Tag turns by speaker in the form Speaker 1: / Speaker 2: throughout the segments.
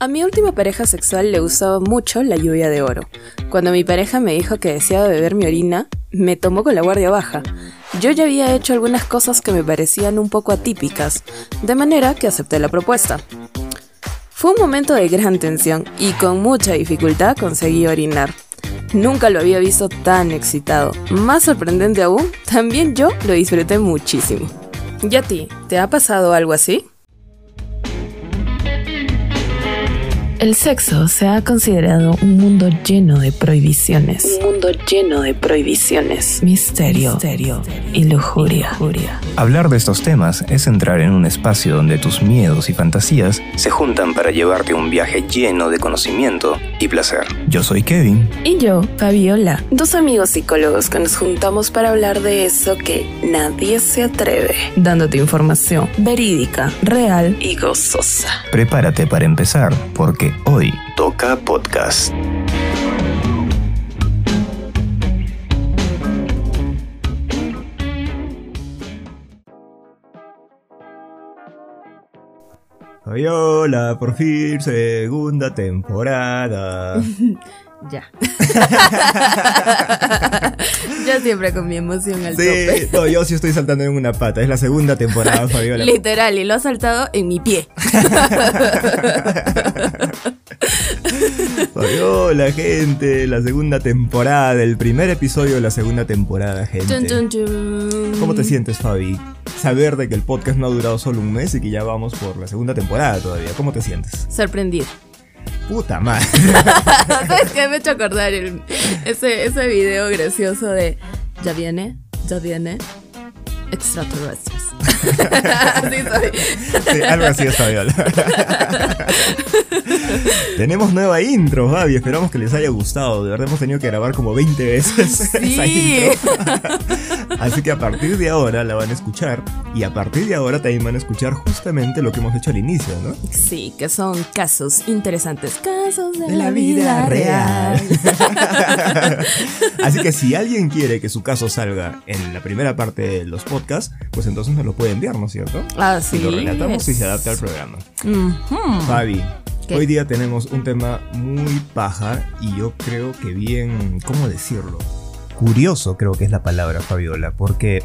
Speaker 1: A mi última pareja sexual le gustaba mucho la lluvia de oro. Cuando mi pareja me dijo que deseaba beber mi orina, me tomó con la guardia baja. Yo ya había hecho algunas cosas que me parecían un poco atípicas, de manera que acepté la propuesta. Fue un momento de gran tensión y con mucha dificultad conseguí orinar. Nunca lo había visto tan excitado. Más sorprendente aún, también yo lo disfruté muchísimo. ¿Y a ti? ¿Te ha pasado algo así?
Speaker 2: El sexo se ha considerado un mundo lleno de prohibiciones,
Speaker 1: mundo lleno de prohibiciones.
Speaker 2: misterio, y lujuria.
Speaker 3: Hablar de estos temas es entrar en un espacio donde tus miedos y fantasías se juntan para llevarte a un viaje lleno de conocimiento y placer. Yo soy Kevin.
Speaker 2: Y yo, Fabiola,
Speaker 1: Dos amigos psicólogos que nos juntamos para hablar de eso que nadie se atreve.
Speaker 2: dándote información verídica, real
Speaker 1: Y gozosa.
Speaker 3: Prepárate para empezar, porque hoy toca podcast. Hola, por fin, segunda temporada.
Speaker 2: Ya. Yo siempre con mi emoción al tope.
Speaker 3: Sí, no, yo sí estoy saltando en una pata. Es la segunda temporada, Fabiola.
Speaker 2: Literal, y lo ha saltado en mi pie.
Speaker 3: Fabiola, gente. La segunda temporada, el primer episodio de la segunda temporada,
Speaker 2: Chun,
Speaker 3: gente.
Speaker 2: chun, chun.
Speaker 3: ¿Cómo te sientes, Fabi? Saber de que el podcast no ha durado solo un mes y que ya vamos por la segunda temporada todavía. ¿Cómo te sientes?
Speaker 2: Sorprendida.
Speaker 3: Puta madre.
Speaker 2: ¿Sabes qué? Me ha hecho acordar el- ese, ese video gracioso de Ya viene, ya viene, extraterrestres. Así soy.
Speaker 3: Sí, algo así es Fabiola. Tenemos nueva intro, Fabi. Esperamos que les haya gustado. De verdad hemos tenido que grabar como 20 veces esa
Speaker 2: Sí.
Speaker 3: intro. Así que a partir de ahora la van a escuchar y a partir de ahora también van a escuchar justamente lo que hemos hecho al inicio, ¿no?
Speaker 2: Sí, que son casos interesantes. Casos de,
Speaker 3: De la vida real. Así que si alguien quiere que su caso salga en la primera parte de los podcasts, pues entonces nos lo puede enviar, ¿no es cierto?
Speaker 2: Así
Speaker 3: Y lo relatamos y
Speaker 2: es.
Speaker 3: se adapta al programa.
Speaker 2: Ah, Ujú.
Speaker 3: Fabi,
Speaker 2: ¿Qué?
Speaker 3: hoy día tenemos un tema muy paja y yo creo que bien, ¿cómo decirlo? Curioso creo que es la palabra, Fabiola, porque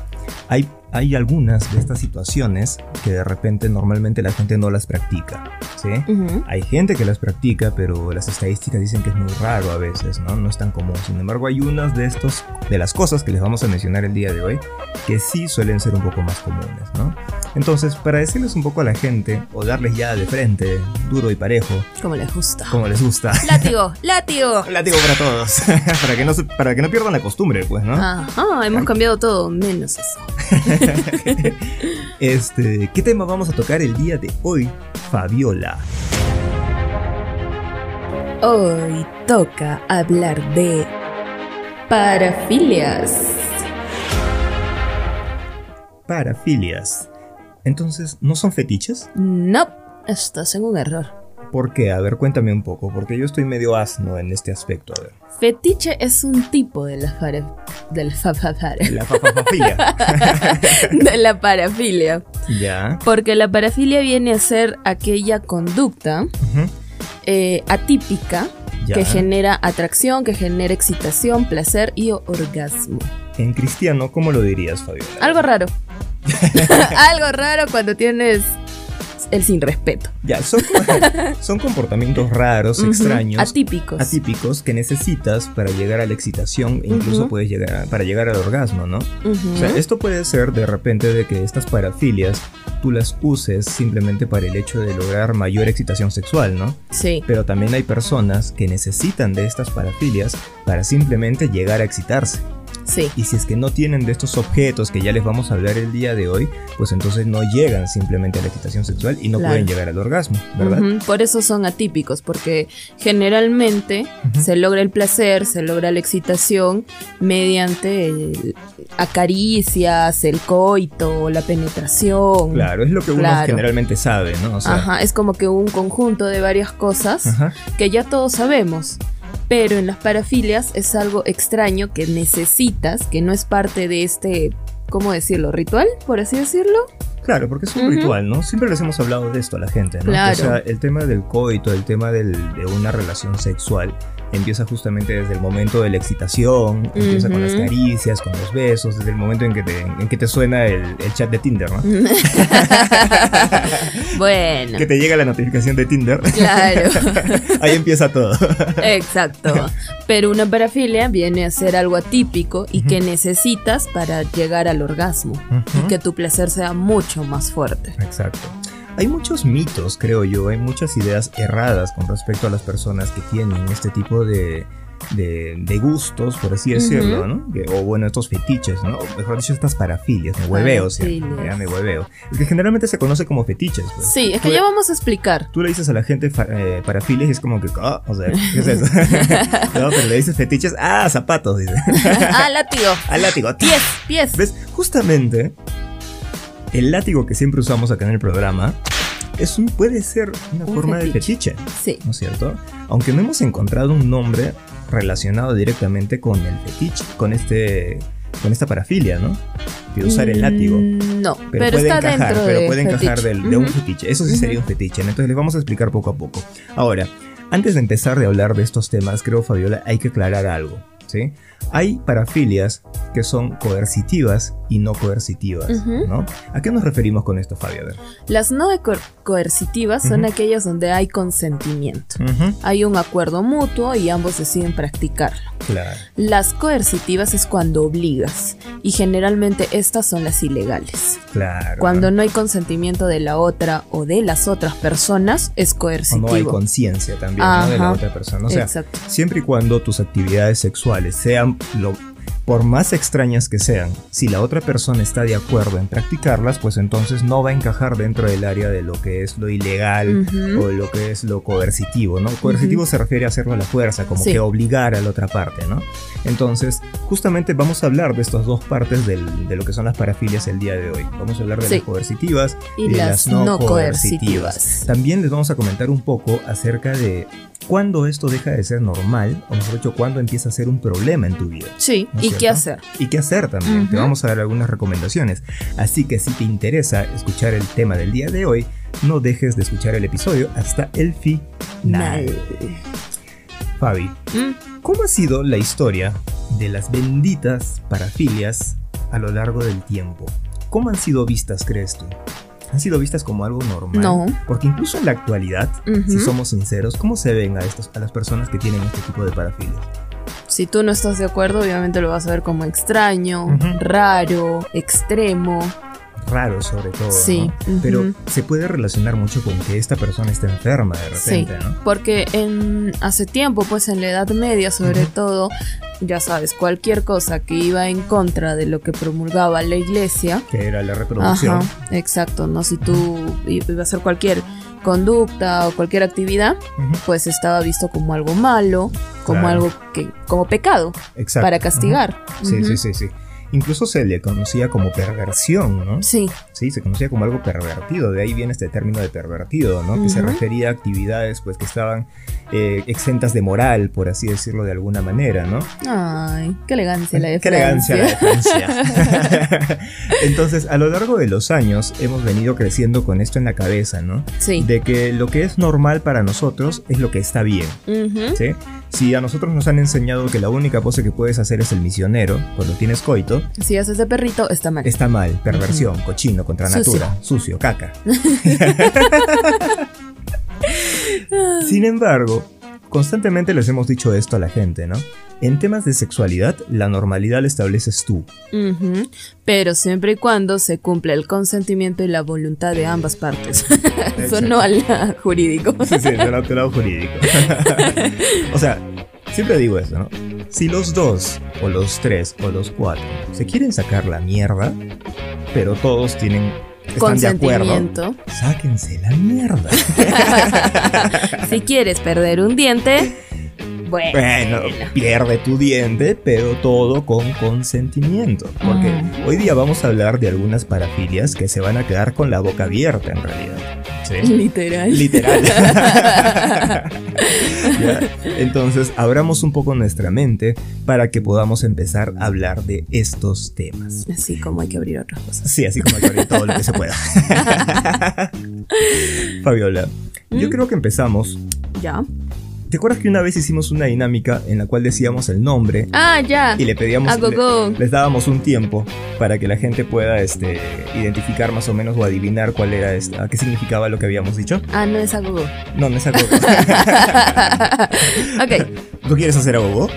Speaker 3: hay, hay algunas de estas situaciones que de repente normalmente la gente no las practica, ¿sí?
Speaker 2: Ujú.
Speaker 3: Hay gente que las practica, pero las estadísticas dicen que es muy raro a veces, ¿no? No es tan común. Sin embargo, hay unas de estos, de las cosas que les vamos a mencionar el día de hoy, que sí suelen ser un poco más comunes, ¿no? Entonces, para decirles un poco a la gente, o darles ya de frente, duro y parejo,
Speaker 2: Como les gusta.
Speaker 3: como les gusta.
Speaker 2: Látigo, látigo.
Speaker 3: Látigo para todos. para, que no se- para que no pierdan la costumbre, pues, ¿no?
Speaker 2: Ajá, hemos cambiado todo, menos eso.
Speaker 3: Este, ¿qué tema vamos a tocar el día de hoy, Fabiola?
Speaker 2: Hoy toca hablar de parafilias.
Speaker 3: Parafilias. Entonces, ¿no son fetiches?
Speaker 2: No, estás en un error.
Speaker 3: ¿Por qué? A ver, cuéntame un poco, porque yo estoy medio asno en este aspecto. A ver.
Speaker 2: Fetiche es un tipo de la, para- del fa- fa- para-
Speaker 3: La fafafafilia.
Speaker 2: de la parafilia.
Speaker 3: ya.
Speaker 2: Porque la parafilia viene a ser aquella conducta
Speaker 3: Ujú.
Speaker 2: eh, atípica
Speaker 3: Ya.
Speaker 2: que genera atracción, que genera excitación, placer y orgasmo.
Speaker 3: En cristiano, ¿cómo lo dirías, Fabiola?
Speaker 2: Algo raro. Algo raro cuando tienes el sin respeto.
Speaker 3: Ya, son, son comportamientos raros,
Speaker 2: Ujú.
Speaker 3: extraños,
Speaker 2: Atípicos.
Speaker 3: atípicos, que necesitas para llegar a la excitación e incluso
Speaker 2: Ujú.
Speaker 3: puedes llegar a- para llegar al orgasmo, ¿no?
Speaker 2: Ujú.
Speaker 3: O sea, esto puede ser de repente de que estas parafilias tú las uses simplemente para el hecho de lograr mayor excitación sexual, ¿no?
Speaker 2: sí.
Speaker 3: Pero también hay personas que necesitan de estas parafilias para simplemente llegar a excitarse.
Speaker 2: Sí.
Speaker 3: Y si es que no tienen de estos objetos que ya les vamos a hablar el día de hoy, pues entonces no llegan simplemente a la excitación sexual y no
Speaker 2: Claro.
Speaker 3: pueden llegar al orgasmo, ¿verdad?
Speaker 2: Ujú, Por eso son atípicos, porque generalmente
Speaker 3: Ujú.
Speaker 2: se logra el placer, se logra la excitación mediante eh, acaricias, el coito, la penetración.
Speaker 3: Claro, es lo que uno
Speaker 2: Claro.
Speaker 3: generalmente sabe, ¿no? O sea,
Speaker 2: Ajá, es como que un conjunto de varias cosas
Speaker 3: ajá.
Speaker 2: que ya todos sabemos. Pero en las parafilias es algo extraño que necesitas, que no es parte de este, ¿cómo decirlo? ¿Ritual, por así decirlo?
Speaker 3: Claro, porque es un
Speaker 2: Ujú.
Speaker 3: ritual, ¿no? Siempre les hemos hablado de esto a la gente, ¿no?
Speaker 2: Claro.
Speaker 3: O sea, el tema del coito, el tema del- de una relación sexual, empieza justamente desde el momento de la excitación, empieza con las
Speaker 2: Ujú.
Speaker 3: caricias, con los besos, desde el momento en que te, en que te suena el, el chat de Tinder, ¿no?
Speaker 2: Bueno,
Speaker 3: Que te llega la notificación de Tinder.
Speaker 2: claro.
Speaker 3: Ahí empieza todo.
Speaker 2: Exacto. Pero una parafilia viene a ser algo atípico y que necesitas para llegar al orgasmo y que tu placer sea mucho más fuerte.
Speaker 3: Exacto. Hay muchos mitos, creo yo, hay muchas ideas erradas con respecto a las personas que tienen este tipo de, de, de gustos, por así decirlo, ¿no? Que- o bueno, estos fetiches, ¿no? O mejor dicho, estas parafilias, me hueveo, ¿cierto?
Speaker 2: Parafilias.
Speaker 3: Ya me hueveo. Es que generalmente se conoce como fetiches, pues.
Speaker 2: Sí, es que
Speaker 3: Tú-
Speaker 2: ya vamos a explicar.
Speaker 3: Tú le dices a la gente fa- eh, parafilias y es como que, ah, o sea, ¿qué es eso? no, pero le dices fetiches, ah, zapatos, dice.
Speaker 2: ah, látigo.
Speaker 3: Al látigo, ¡tía!
Speaker 2: Pies, pies.
Speaker 3: ¿Ves? Justamente el látigo que siempre usamos acá en el programa es un, puede ser una
Speaker 2: Un
Speaker 3: forma de
Speaker 2: fetiche.
Speaker 3: fetiche,
Speaker 2: Sí.
Speaker 3: ¿no es cierto? Aunque no hemos encontrado un nombre relacionado directamente con el fetiche, con este con esta parafilia, ¿no? De usar el látigo.
Speaker 2: Mm, No, pero,
Speaker 3: Pero, puede
Speaker 2: está
Speaker 3: encajar,
Speaker 2: dentro
Speaker 3: pero
Speaker 2: de
Speaker 3: puede encajar
Speaker 2: fetiche.
Speaker 3: del- de un
Speaker 2: Ujú.
Speaker 3: fetiche. Eso sí sería un fetiche. ¿no? Entonces les vamos a explicar poco a poco. Ahora, antes de empezar de hablar de estos temas, creo, Fabiola, hay que aclarar algo. ¿sí? Hay parafilias que son coercitivas y no coercitivas.
Speaker 2: Ujú.
Speaker 3: ¿no? ¿A qué nos referimos con esto, Fabio? A ver.
Speaker 2: Las no co- coercitivas son
Speaker 3: Ujú.
Speaker 2: aquellas donde hay consentimiento.
Speaker 3: Ujú,
Speaker 2: Hay un acuerdo mutuo y ambos deciden practicarlo.
Speaker 3: Claro.
Speaker 2: Las coercitivas es cuando obligas y generalmente estas son las ilegales.
Speaker 3: Claro.
Speaker 2: Cuando no hay consentimiento de la otra o de las otras personas es
Speaker 3: O
Speaker 2: coercitivo.
Speaker 3: no hay conciencia también ¿no? de la
Speaker 2: Ajá.
Speaker 3: otra persona. O sea,
Speaker 2: Exacto.
Speaker 3: siempre y cuando tus actividades sexuales sean lo por más extrañas que sean, si la otra persona está de acuerdo en practicarlas, pues entonces no va a encajar dentro del área de lo que es lo ilegal
Speaker 2: Ujú.
Speaker 3: o lo que es lo coercitivo, ¿no? Coercitivo se refiere a hacerlo a la fuerza, como
Speaker 2: Sí.
Speaker 3: que obligar a la otra parte, ¿no? Entonces, justamente vamos a hablar de estas dos partes del- de lo que son las parafilias el día de hoy. Vamos a hablar de
Speaker 2: Sí.
Speaker 3: las coercitivas
Speaker 2: Y las no coercitivas.
Speaker 3: también les vamos a comentar un poco acerca de cuándo esto deja de ser normal, o mejor dicho, cuándo empieza a ser un problema en tu vida.
Speaker 2: Sí,
Speaker 3: ¿No es
Speaker 2: ¿y qué
Speaker 3: cierto?
Speaker 2: hacer?
Speaker 3: Y qué hacer también. Te
Speaker 2: Ujú.
Speaker 3: vamos a dar algunas recomendaciones. Así que si te interesa escuchar el tema del día de hoy, no dejes de escuchar el episodio hasta el final. Fabi,
Speaker 2: Mm.
Speaker 3: ¿cómo ha sido la historia de las benditas parafilias a lo largo del tiempo? ¿Cómo han sido vistas, crees tú? ¿Han sido vistas como algo normal?
Speaker 2: No.
Speaker 3: Porque incluso en la actualidad,
Speaker 2: Ujú.
Speaker 3: si somos sinceros, ¿cómo se ven a, estas- a las personas que tienen este tipo de parafilias?
Speaker 2: Si tú no estás de acuerdo, obviamente lo vas a ver como extraño,
Speaker 3: Ujú.
Speaker 2: raro, extremo.
Speaker 3: Raros sobre todo.
Speaker 2: sí.
Speaker 3: ¿no? Pero
Speaker 2: ujú.
Speaker 3: se puede relacionar mucho con que esta persona está enferma de repente,
Speaker 2: Sí.
Speaker 3: ¿no?
Speaker 2: Porque en, hace tiempo, pues en la Edad Media sobre
Speaker 3: Ujú.
Speaker 2: todo, ya sabes, cualquier cosa que iba en contra de lo que promulgaba la iglesia.
Speaker 3: Que era la reproducción.
Speaker 2: Ajá, exacto, ¿no? Si tú i- ibas a hacer cualquier conducta o cualquier actividad,
Speaker 3: Ujú,
Speaker 2: pues estaba visto como algo malo, como
Speaker 3: Claro.
Speaker 2: algo que, como pecado,
Speaker 3: Exacto.
Speaker 2: para
Speaker 3: Ujú.
Speaker 2: castigar.
Speaker 3: Sí,
Speaker 2: Ujú.
Speaker 3: sí, sí, sí. Incluso se le conocía como perversión, ¿no?
Speaker 2: Sí,
Speaker 3: Sí, se conocía como algo pervertido, de ahí viene este término de pervertido, ¿no? Que se
Speaker 2: Ujú.
Speaker 3: refería a actividades pues que estaban eh, exentas de moral, por así decirlo de alguna manera, ¿no?
Speaker 2: Ay, qué elegancia la de
Speaker 3: Qué elegancia la
Speaker 2: Francia.
Speaker 3: de Francia. Entonces, a lo largo de los años hemos venido creciendo con esto en la cabeza, ¿no?
Speaker 2: Sí.
Speaker 3: De que lo que es normal para nosotros es lo que está bien,
Speaker 2: Ujú.
Speaker 3: ¿sí? Si a nosotros nos han enseñado que la única pose que puedes hacer es el misionero cuando tienes coito,
Speaker 2: Si haces de perrito, está mal.
Speaker 3: Está mal, perversión, cochino, contra
Speaker 2: Sucio.
Speaker 3: natura, sucio, caca. Sin embargo, constantemente les hemos dicho esto a la gente, ¿no? En temas de sexualidad, la normalidad la estableces tú.
Speaker 2: Ujú. Pero siempre y cuando se cumpla el consentimiento y la voluntad de ambas partes. Eso no al jurídico.
Speaker 3: Sí, sí, del otro lado jurídico. o sea, siempre digo eso, ¿no? Si los dos, o los tres, o los cuatro, se quieren sacar la mierda, pero todos tienen... Están de acuerdo.
Speaker 2: Consentimiento.
Speaker 3: Sáquense la mierda.
Speaker 2: Si quieres perder un diente, bueno.
Speaker 3: Bueno, pierde tu diente, pero todo con consentimiento. Porque
Speaker 2: Ujú.
Speaker 3: hoy día vamos a hablar de algunas parafilias que se van a quedar con la boca abierta en realidad. ¿Sí?
Speaker 2: Literal.
Speaker 3: Literal. Ya, Entonces, abramos un poco nuestra mente para que podamos empezar a hablar de estos temas.
Speaker 2: Así como hay que abrir otras cosas.
Speaker 3: Sí, así como que todo lo que se pueda. Fabiola, yo
Speaker 2: ¿Mm?
Speaker 3: creo que empezamos.
Speaker 2: Ya.
Speaker 3: ¿Te acuerdas que una vez hicimos una dinámica en la cual decíamos el nombre
Speaker 2: Ah, ya.
Speaker 3: y le pedíamos
Speaker 2: A
Speaker 3: le-
Speaker 2: Gogo.
Speaker 3: les dábamos un tiempo para que la gente pueda este, identificar más o menos o adivinar cuál era esta, qué significaba lo que habíamos dicho.
Speaker 2: Ah, no es a Gogo.
Speaker 3: No, no es a Gogo.
Speaker 2: ok,
Speaker 3: ¿Tú quieres hacer a Gogo?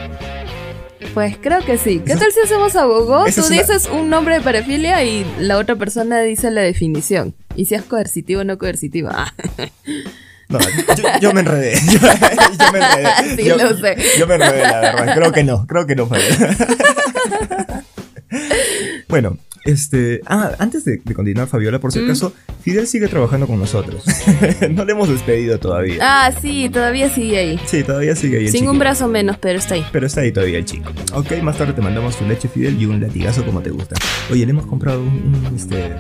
Speaker 2: pues creo que sí. ¿Qué tal si hacemos a Gogo?
Speaker 3: Esa
Speaker 2: Tú
Speaker 3: es una-
Speaker 2: dices un nombre de parafilia y la otra persona dice la definición. Y si es coercitivo o no coercitivo. Ah,
Speaker 3: No, yo, yo me enredé. Yo, yo me enredé.
Speaker 2: Sí,
Speaker 3: yo,
Speaker 2: lo sé.
Speaker 3: Yo me enredé, la verdad. Creo que no, creo que no, Fabiola. Bueno, este. Ah, antes de, de continuar, Fabiola, por si
Speaker 2: Mm.
Speaker 3: acaso, Fidel sigue trabajando con nosotros. no le hemos despedido todavía.
Speaker 2: Ah, sí, todavía sigue ahí.
Speaker 3: Sí, todavía sigue ahí el
Speaker 2: Sin
Speaker 3: chico.
Speaker 2: un brazo menos, pero está ahí.
Speaker 3: Pero está ahí todavía el chico. Ok, más tarde te mandamos tu leche Fidel y un latigazo como te gusta. Oye, le hemos comprado un, un, este.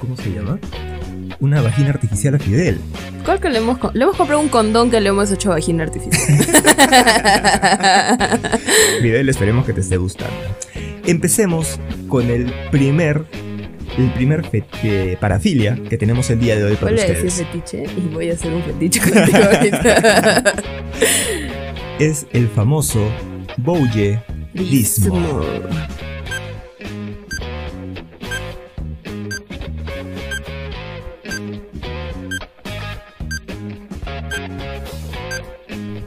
Speaker 3: ¿Cómo se llama? Una vagina artificial a Fidel.
Speaker 2: ¿Cuál que le hemos, co- le hemos comprado un condón que le hemos hecho vagina artificial?
Speaker 3: Fidel, esperemos que te esté gustando. Empecemos con el primer. El primer fe- eh, parafilia que tenemos el día de hoy para
Speaker 2: Vuelve a decir
Speaker 3: ustedes.
Speaker 2: fetiche y voy a hacer un fetiche contigo ahorita.
Speaker 3: Es el famoso Bouye Lismo.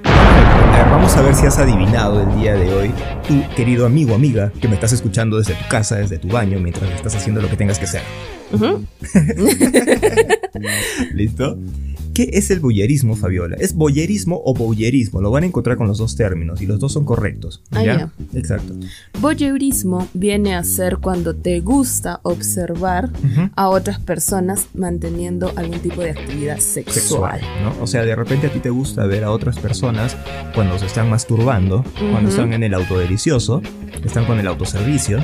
Speaker 3: A ver, Vamos a ver si has adivinado el día de hoy, tú, querido amigo, amiga, que me estás escuchando desde tu casa, desde tu baño, mientras estás haciendo lo que tengas que hacer.
Speaker 2: Ujú.
Speaker 3: ¿Listo? ¿Qué es el boyerismo, Fabiola? ¿Es boyerismo o boyerismo? Lo van a encontrar con los dos términos y los dos son correctos.
Speaker 2: Ah,
Speaker 3: ¿Ya? Exacto.
Speaker 2: Voyeurismo viene a ser cuando te gusta observar
Speaker 3: Ujú.
Speaker 2: a otras personas manteniendo algún tipo de actividad sexual.
Speaker 3: Sexual, ¿no? O sea, de repente a ti te gusta ver a otras personas cuando se están masturbando, cuando
Speaker 2: Ujú.
Speaker 3: están en el autodelicioso, están con el autoservicio.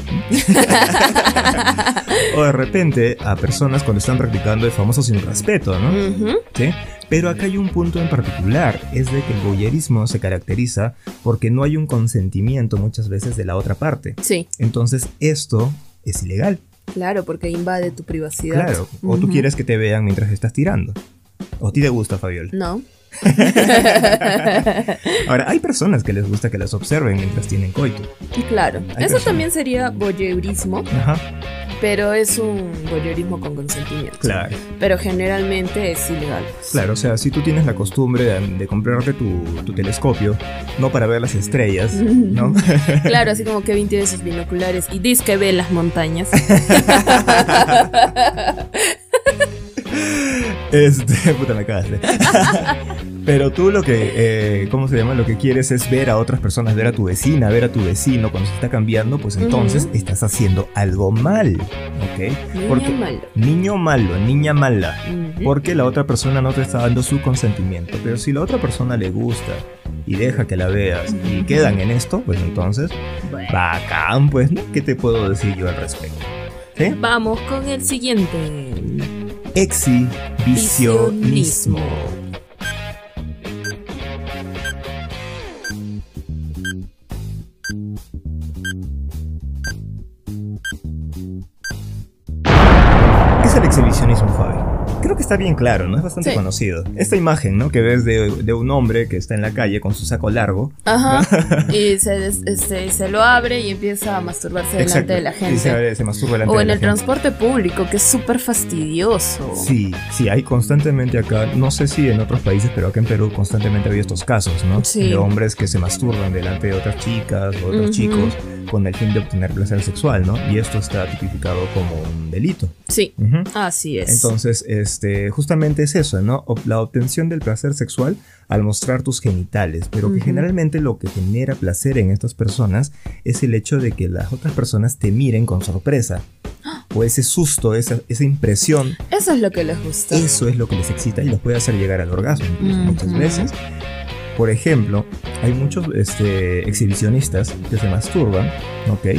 Speaker 3: o de repente a personas cuando están practicando el famoso sin respeto, ¿no?
Speaker 2: Ujú.
Speaker 3: ¿sí? Pero acá hay un punto en particular, es de que el voyerismo se caracteriza porque no hay un consentimiento muchas veces de la otra parte.
Speaker 2: Sí,
Speaker 3: Entonces esto es ilegal,
Speaker 2: claro, porque invade tu privacidad.
Speaker 3: claro. O tú
Speaker 2: Ujú.
Speaker 3: quieres que te vean mientras estás tirando. O a ti te gusta, Fabiola.
Speaker 2: No.
Speaker 3: Ahora, hay personas que les gusta que las observen mientras tienen coito.
Speaker 2: claro,
Speaker 3: Hay
Speaker 2: eso
Speaker 3: personas.
Speaker 2: también sería voyeurismo,
Speaker 3: Ajá,
Speaker 2: pero es un voyeurismo con consentimiento.
Speaker 3: claro.
Speaker 2: Pero generalmente es ilegal.
Speaker 3: Claro, o sea, si tú tienes la costumbre de, de comprarte tu, tu telescopio, no para ver las estrellas, ¿no?
Speaker 2: Claro, así como Kevin tiene sus binoculares y dice que ve las montañas.
Speaker 3: Este, puta, me cagaste. Pero tú lo que, eh, ¿cómo se llama? Lo que quieres es ver a otras personas, ver a tu vecina, ver a tu vecino cuando se está cambiando, pues entonces
Speaker 2: Ujú.
Speaker 3: estás haciendo algo mal, ¿ok?
Speaker 2: Niño
Speaker 3: Porque-
Speaker 2: malo.
Speaker 3: Niño malo, niña mala.
Speaker 2: Ujú.
Speaker 3: Porque la otra persona no te está dando su consentimiento. Pero si la otra persona le gusta y deja que la veas y quedan en esto, pues entonces,
Speaker 2: Bueno.
Speaker 3: bacán, pues, ¿no? ¿Qué te puedo decir yo al respecto? ¿Sí?
Speaker 2: Vamos con el siguiente.
Speaker 3: Exhibicionismo. ¿Qué es el exhibicionismo, Fabi? Creo que está bien claro, ¿no? Es bastante
Speaker 2: Sí.
Speaker 3: conocido. Esta imagen, ¿no? Que ves de, de un hombre que está en la calle con su saco largo.
Speaker 2: Ajá. y se, des- este, se lo abre y empieza a masturbarse delante de la
Speaker 3: Y se,
Speaker 2: gente.
Speaker 3: abre- se masturba delante
Speaker 2: O
Speaker 3: de
Speaker 2: en
Speaker 3: la
Speaker 2: el
Speaker 3: gente.
Speaker 2: transporte público, que es súper fastidioso.
Speaker 3: Sí, sí, hay constantemente acá, no sé si en otros países, pero acá en Perú constantemente ha habido estos casos, ¿no?
Speaker 2: Sí.
Speaker 3: De hombres que se masturban delante de otras chicas o otros
Speaker 2: Ujú.
Speaker 3: chicos con el fin de obtener placer sexual, ¿no? Y esto está tipificado como un delito.
Speaker 2: Sí,
Speaker 3: Ujú.
Speaker 2: así es.
Speaker 3: Entonces, este, justamente es eso, ¿no? Ob- La obtención del placer sexual al mostrar tus genitales, pero que
Speaker 2: Ujú.
Speaker 3: generalmente lo que genera placer en estas personas es el hecho de que las otras personas te miren con sorpresa.
Speaker 2: ¡Ah!
Speaker 3: O ese susto, esa, esa impresión
Speaker 2: Eso es lo que les gusta.
Speaker 3: eso es lo que les excita y los puede hacer llegar al orgasmo incluso
Speaker 2: Ujú.
Speaker 3: muchas veces. Por ejemplo, hay muchos este, exhibicionistas que se masturban, ¿ok?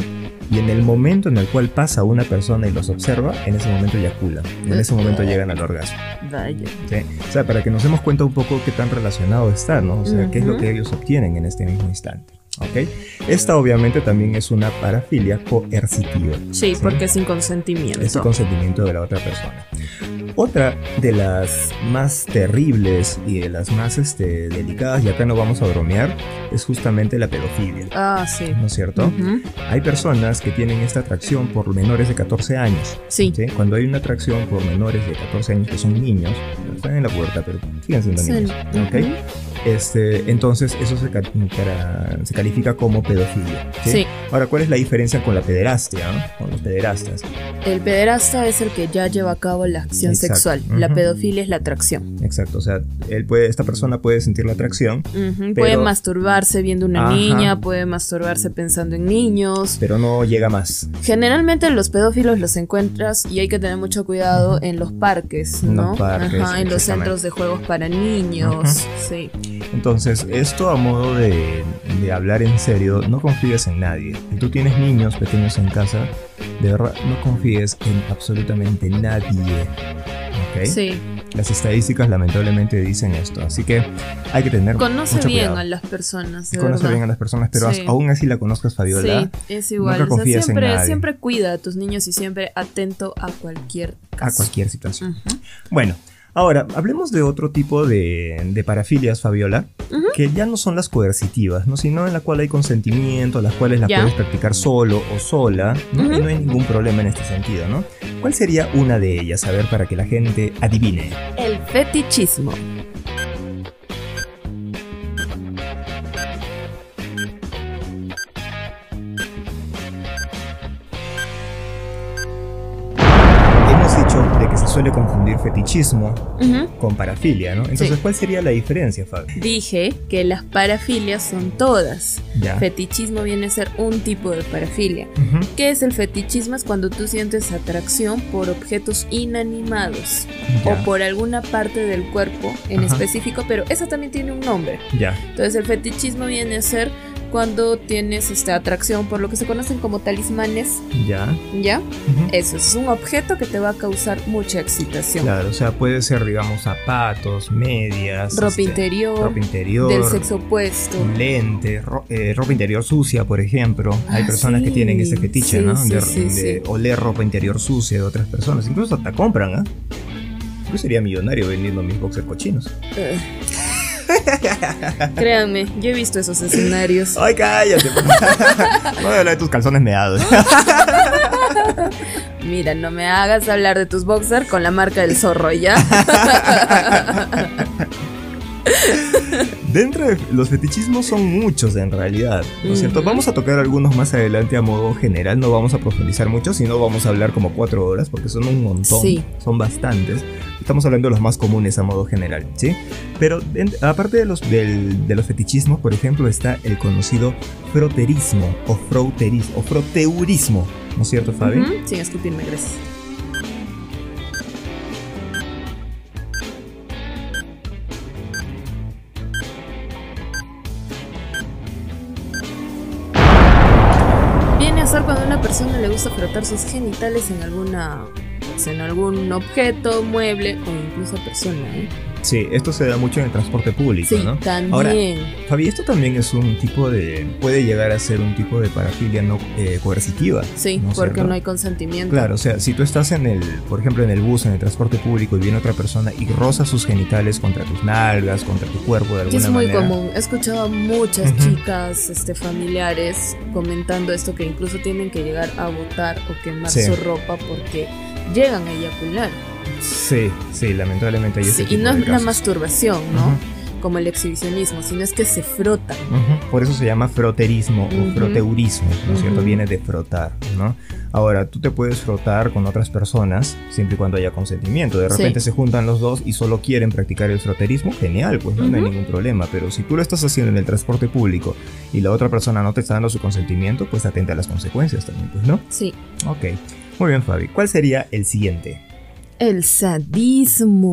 Speaker 3: Y en el momento en el cual pasa una persona y los observa, en ese momento eyaculan. En ese momento llegan al orgasmo.
Speaker 2: Vaya.
Speaker 3: ¿sí? O sea, para que nos demos cuenta un poco qué tan relacionado está, ¿no? O sea, qué es lo
Speaker 2: Ujú.
Speaker 3: que ellos obtienen en este mismo instante. ¿Ok? Esta obviamente también es una parafilia coercitiva.
Speaker 1: Sí, porque sin consentimiento.
Speaker 3: Es el consentimiento de la otra persona. Otra de las más terribles y de las más este, delicadas, y acá no vamos a bromear, es justamente la pedofilia.
Speaker 2: Ah, sí.
Speaker 3: ¿No es cierto?
Speaker 2: Ujú.
Speaker 3: Hay personas que tienen esta atracción por menores de 14 años.
Speaker 2: Sí.
Speaker 3: ¿sí? Cuando hay una atracción por menores de 14 años que son niños, están en la puerta, pero siguen siendo
Speaker 2: Sí.
Speaker 3: niños. ¿ok? Este, entonces, eso se, ca- cara- se califica como pedofilia. ¿sí?
Speaker 2: Sí.
Speaker 3: Ahora, ¿cuál es la diferencia con la pederastia? ¿no? Con los pederastas.
Speaker 2: El pederasta es el que ya lleva a cabo la acción
Speaker 3: Exacto.
Speaker 2: sexual. La
Speaker 3: Ujú.
Speaker 2: pedofilia es la atracción.
Speaker 3: Exacto, o sea, él puede, esta persona puede sentir la atracción,
Speaker 2: Ujú, Puede
Speaker 3: Pero-
Speaker 2: masturbarse viendo una
Speaker 3: Ajá.
Speaker 2: niña, puede masturbarse pensando en niños.
Speaker 3: pero no llega más.
Speaker 2: Generalmente los pedófilos los encuentras y hay que tener mucho cuidado en los parques,
Speaker 3: En los
Speaker 2: ¿no?
Speaker 3: parques,
Speaker 2: Ajá, en los
Speaker 3: exactamente.
Speaker 2: centros de juegos para niños. Sí.
Speaker 3: Entonces, esto a modo de, de hablar en serio, no confíes en nadie. Si tú tienes niños pequeños en casa, de verdad no confíes en absolutamente nadie. ¿ok?
Speaker 2: Sí.
Speaker 3: Las estadísticas lamentablemente dicen esto, así que hay que tener
Speaker 2: Conoce
Speaker 3: mucho
Speaker 2: bien
Speaker 3: cuidado.
Speaker 2: a las personas, de
Speaker 3: Conoce
Speaker 2: verdad.
Speaker 3: bien a las personas, pero
Speaker 2: Sí.
Speaker 3: as- aún así la conozcas, Fabiola.
Speaker 2: Sí, es igual.
Speaker 3: nunca
Speaker 2: O sea,
Speaker 3: confíes en
Speaker 2: siempre,
Speaker 3: nadie.
Speaker 2: siempre cuida a tus niños y siempre atento a cualquier
Speaker 3: a
Speaker 2: caso.
Speaker 3: cualquier situación.
Speaker 2: Ujú.
Speaker 3: Bueno, ahora hablemos de otro tipo de, de parafilias, Fabiola, que ya no son las coercitivas, ¿no? sino en la cual hay consentimiento, las cuales las
Speaker 2: Ya.
Speaker 3: puedes practicar solo o sola, ¿no?
Speaker 2: Ujú.
Speaker 3: y no hay ningún problema en este sentido. ¿no? ¿Cuál sería una de ellas? A ver, para que la gente adivine.
Speaker 2: El fetichismo.
Speaker 3: Hemos dicho de que se suele confundir fetichismo
Speaker 2: Ujú.
Speaker 3: con parafilia, ¿no? Entonces,
Speaker 2: Sí.
Speaker 3: ¿cuál sería la diferencia, Fabio?
Speaker 2: Dije que las parafilias son todas.
Speaker 3: Ya.
Speaker 2: Fetichismo viene a ser un tipo de parafilia.
Speaker 3: Ujú.
Speaker 2: ¿Qué es el fetichismo? Es cuando tú sientes atracción por objetos inanimados
Speaker 3: Ya.
Speaker 2: o por alguna parte del cuerpo en
Speaker 3: Ajá.
Speaker 2: específico, pero eso también tiene un nombre.
Speaker 3: Ya.
Speaker 2: Entonces el fetichismo viene a ser cuando tienes esta atracción por lo que se conocen como talismanes,
Speaker 3: Ya.
Speaker 2: ¿ya?
Speaker 3: Ujú.
Speaker 2: Eso es un objeto que te va a causar mucha excitación.
Speaker 3: Claro, o sea, puede ser, digamos, zapatos, medias,
Speaker 2: Ropa
Speaker 3: este,
Speaker 2: interior,
Speaker 3: ropa interior, Mm.
Speaker 2: del sexo opuesto.
Speaker 3: lentes, ro- eh, ropa interior sucia, por ejemplo. Hay
Speaker 2: Ah,
Speaker 3: personas que
Speaker 2: sí.
Speaker 3: tienen ese fetiche,
Speaker 2: Sí,
Speaker 3: ¿no?
Speaker 2: sí,
Speaker 3: de,
Speaker 2: sí,
Speaker 3: de
Speaker 2: sí.
Speaker 3: oler ropa interior sucia de otras personas. Incluso hasta compran, ¿ah? Yo sería millonario vendiendo mis boxers cochinos.
Speaker 2: Eh. Créanme, yo he visto esos escenarios.
Speaker 3: ¡Ay, cállate! no voy a hablar de tus calzones meados.
Speaker 2: Mira, no me hagas hablar de tus boxer con la marca del zorro, ¿ya?
Speaker 3: Dentro de los fetichismos son muchos en realidad, ¿no es cierto?
Speaker 2: Ujú.
Speaker 3: Vamos a tocar algunos más adelante a modo general, no vamos a profundizar mucho, sino vamos a hablar como cuatro horas porque son un montón,
Speaker 2: Sí.
Speaker 3: son bastantes. Estamos hablando de los más comunes a modo general, ¿sí? Pero en- aparte de los, del- de los fetichismos, por ejemplo, está el conocido froterismo o frouterismo o froteurismo, ¿no es cierto, Fabi?
Speaker 2: Ujú, Sin escupirme, gracias. Viene a ser cuando a una persona le gusta frotar sus genitales en alguna. pues, en algún objeto, mueble o incluso persona, ¿eh?
Speaker 3: Sí, esto se da mucho en el transporte público,
Speaker 2: Sí,
Speaker 3: ¿no?
Speaker 2: también.
Speaker 3: Ahora, Fabi, esto también es un tipo de. puede llegar a ser un tipo de parafilia no eh, coercitiva.
Speaker 2: sí,
Speaker 3: ¿no es
Speaker 2: porque
Speaker 3: cierto?
Speaker 2: no hay consentimiento.
Speaker 3: Claro, o sea, si tú estás en el, por ejemplo, en el bus, en el transporte público y viene otra persona y roza sus genitales contra tus nalgas, contra tu cuerpo de
Speaker 2: Que
Speaker 3: alguna
Speaker 2: es muy
Speaker 3: manera.
Speaker 2: común. He escuchado a muchas
Speaker 3: Ujú.
Speaker 2: chicas este, familiares comentando esto que incluso tienen que llegar a botar o quemar
Speaker 3: Sí.
Speaker 2: su ropa porque llegan a eyacular.
Speaker 3: Sí, sí, lamentablemente hay
Speaker 2: Sí,
Speaker 3: ese
Speaker 2: y
Speaker 3: tipo
Speaker 2: no
Speaker 3: de
Speaker 2: es la
Speaker 3: casos.
Speaker 2: masturbación, ¿no?
Speaker 3: Ujú.
Speaker 2: Como el exhibicionismo, sino es que se frotan.
Speaker 3: Ujú, Por eso se llama froterismo o
Speaker 2: Ujú.
Speaker 3: froteurismo, ¿no es cierto?
Speaker 2: Ujú.
Speaker 3: Viene de frotar, ¿no? Ahora, tú te puedes frotar con otras personas siempre y cuando haya consentimiento. De
Speaker 2: Sí.
Speaker 3: repente se juntan los dos y solo quieren practicar el froterismo, genial, pues no, no hay
Speaker 2: Ujú.
Speaker 3: ningún problema. Pero si tú lo estás haciendo en el transporte público y la otra persona no te está dando su consentimiento, pues atenta a las consecuencias también, pues, ¿no?
Speaker 2: Sí.
Speaker 3: Ok. Muy bien, Fabi. ¿Cuál sería el siguiente?
Speaker 2: El sadismo.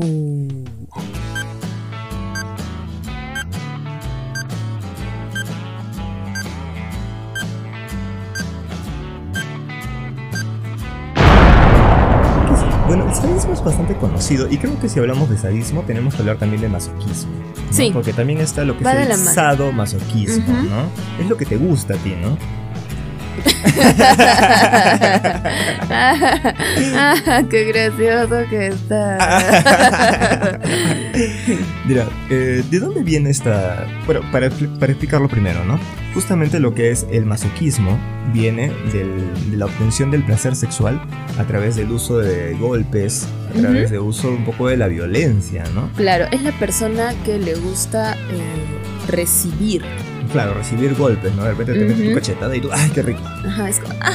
Speaker 3: sadismo es bastante conocido y creo que si hablamos de sadismo tenemos que hablar también de masoquismo. ¿no?
Speaker 2: Sí.
Speaker 3: Porque también está lo que
Speaker 2: Va de
Speaker 3: es
Speaker 2: la
Speaker 3: el
Speaker 2: mano.
Speaker 3: sadomasoquismo,
Speaker 2: Ujú.
Speaker 3: ¿no? Es lo que te gusta a ti, ¿no?
Speaker 2: Ah, qué gracioso que está.
Speaker 3: Mira, eh, ¿de dónde viene esta...? Bueno, para, expli- para explicarlo primero, ¿no? Justamente lo que es el masoquismo viene del- de la obtención del placer sexual a través del uso de golpes, a
Speaker 2: Ujú.
Speaker 3: través de uso un poco de la violencia, ¿no?
Speaker 2: claro, es la persona que le gusta eh, recibir.
Speaker 3: Claro, recibir golpes, ¿no? De repente te metes
Speaker 2: Ujú.
Speaker 3: tu cachetada y tú, ¡ay, qué rico!
Speaker 2: Ajá, es como, ah,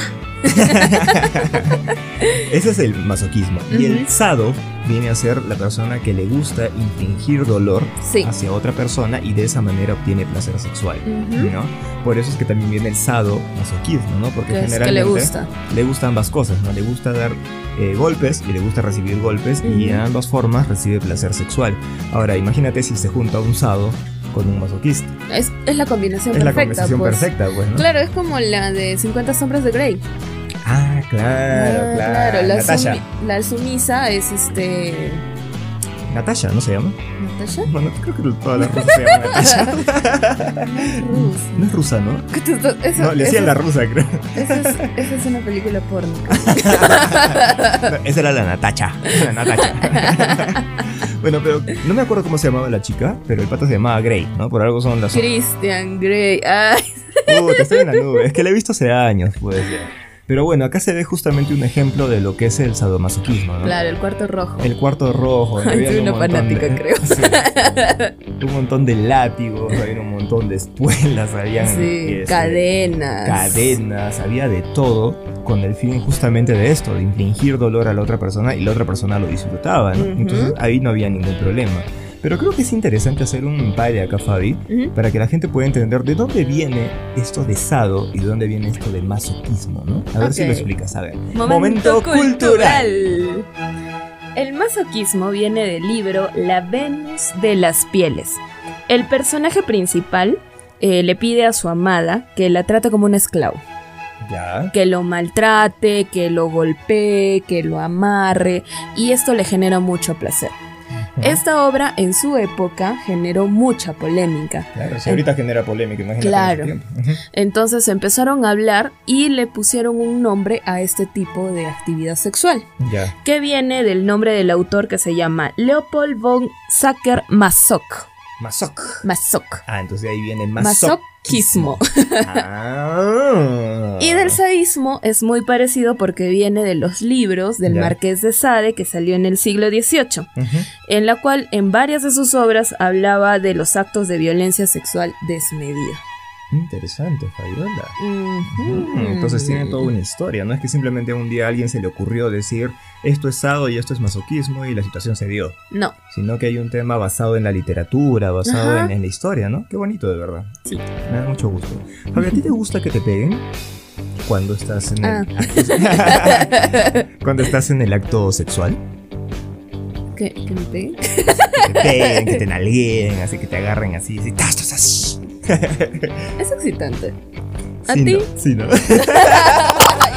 Speaker 3: Ese es el masoquismo. Y el
Speaker 2: Ujú.
Speaker 3: sado viene a ser la persona que le gusta infligir dolor
Speaker 2: sí.
Speaker 3: hacia otra persona y de esa manera obtiene placer sexual.
Speaker 2: Ujú.
Speaker 3: ¿no? Por eso es que también viene el sado masoquismo, ¿no? Porque
Speaker 2: Que es que le
Speaker 3: generalmente
Speaker 2: gusta.
Speaker 3: le gustan ambas cosas, ¿no? Le gusta dar eh, golpes y le gusta recibir golpes y en
Speaker 2: Ujú.
Speaker 3: ambas formas recibe placer sexual. Ahora, imagínate si se junta un sado con un masoquista.
Speaker 2: Es, es la combinación
Speaker 3: es la
Speaker 2: perfecta.
Speaker 3: conversación
Speaker 2: pues.
Speaker 3: perfecta, pues, ¿no?
Speaker 2: Claro, es como la de 50 sombras de Grey.
Speaker 3: Ah, claro,
Speaker 2: Ah,
Speaker 3: claro.
Speaker 2: La,
Speaker 3: Natasha.
Speaker 2: sumi- la sumisa es este.
Speaker 3: Natasha, ¿no se llama?
Speaker 2: ¿Natasha?
Speaker 3: Bueno, creo que todas las rusas se llaman Natasha.
Speaker 2: Rus.
Speaker 3: No es rusa, ¿no?
Speaker 2: ¿Qué te estás- eso-
Speaker 3: No, le
Speaker 2: eso-
Speaker 3: decían la Ah. rusa, creo.
Speaker 2: Esa es, esa es una película porno.
Speaker 3: No, esa era la Natacha. La Natacha. bueno, pero no me acuerdo cómo se llamaba la chica, pero el pato se llamaba Grey, ¿no? Por algo son las.
Speaker 2: Christian Grey. Ay,
Speaker 3: Uh, te estoy en la nube. Es que la he visto hace años, pues. ya. Pero bueno, acá se ve justamente un ejemplo de lo que es el sadomasoquismo, ¿no?
Speaker 2: claro, el cuarto rojo.
Speaker 3: El cuarto rojo.
Speaker 2: Ay,
Speaker 3: había
Speaker 2: soy
Speaker 3: un
Speaker 2: una
Speaker 3: montón
Speaker 2: fanática,
Speaker 3: de-
Speaker 2: creo.
Speaker 3: Sí. un montón de látigos, había un montón de espuelas, habían
Speaker 2: Sí,
Speaker 3: este,
Speaker 2: cadenas.
Speaker 3: cadenas, había de todo con el fin justamente de esto, de infligir dolor a la otra persona y la otra persona lo disfrutaba, ¿no?
Speaker 2: Ujú.
Speaker 3: Entonces ahí no había ningún problema. Pero creo que es interesante hacer un de acá, Fabi,
Speaker 2: Ujú.
Speaker 3: para que la gente pueda entender de dónde viene esto de sado y de dónde viene esto de masoquismo, ¿no? A ver si
Speaker 2: Ok.
Speaker 3: lo explicas, a ver.
Speaker 2: Momento
Speaker 3: Momento
Speaker 2: cultural. El masoquismo viene del libro La Venus de las Pieles. El personaje principal eh, le pide a su amada que la trate como un esclavo.
Speaker 3: Ya.
Speaker 2: que lo maltrate, que lo golpee, que lo amarre, y esto le genera mucho placer. Esta obra en su época generó mucha polémica.
Speaker 3: Claro, si ahorita genera polémica, imagínate. en
Speaker 2: Claro.
Speaker 3: ese tiempo. Ujú.
Speaker 2: Entonces empezaron a hablar y le pusieron un nombre a este tipo de actividad sexual,
Speaker 3: Ya.
Speaker 2: que viene del nombre del autor que se llama Leopold von Sacker Masoch.
Speaker 3: Masoc.
Speaker 2: Masoch.
Speaker 3: Ah, entonces de ahí viene
Speaker 2: Masoquismo.
Speaker 3: masoquismo. Ah.
Speaker 2: Y del sadismo es muy parecido porque viene de los libros del
Speaker 3: Ya.
Speaker 2: Marqués de Sade que salió en el siglo XVIII.
Speaker 3: Ujú.
Speaker 2: en la cual en varias de sus obras hablaba de los actos de violencia sexual desmedida.
Speaker 3: Interesante, Fabiola. Mm, Entonces tiene toda una historia, no es que simplemente un día a alguien se le ocurrió decir esto es sado y esto es masoquismo y la situación se dio,
Speaker 2: No,
Speaker 3: sino que hay un tema basado en la literatura, basado
Speaker 2: Ajá.
Speaker 3: en, en la historia, ¿no? Qué bonito de verdad.
Speaker 2: Sí.
Speaker 3: Me da mucho gusto. Fabi, ¿a ti te gusta que te peguen? Cuando estás en el...
Speaker 2: Ah.
Speaker 3: Cuando estás en el acto sexual.
Speaker 2: ¿qué, qué me pegué?
Speaker 3: Que te peguen, que te nalguen, así que te agarren así, así, tas, tas, tas.
Speaker 2: Es excitante. ¿A
Speaker 3: Sí,
Speaker 2: ti?
Speaker 3: no, sí, no.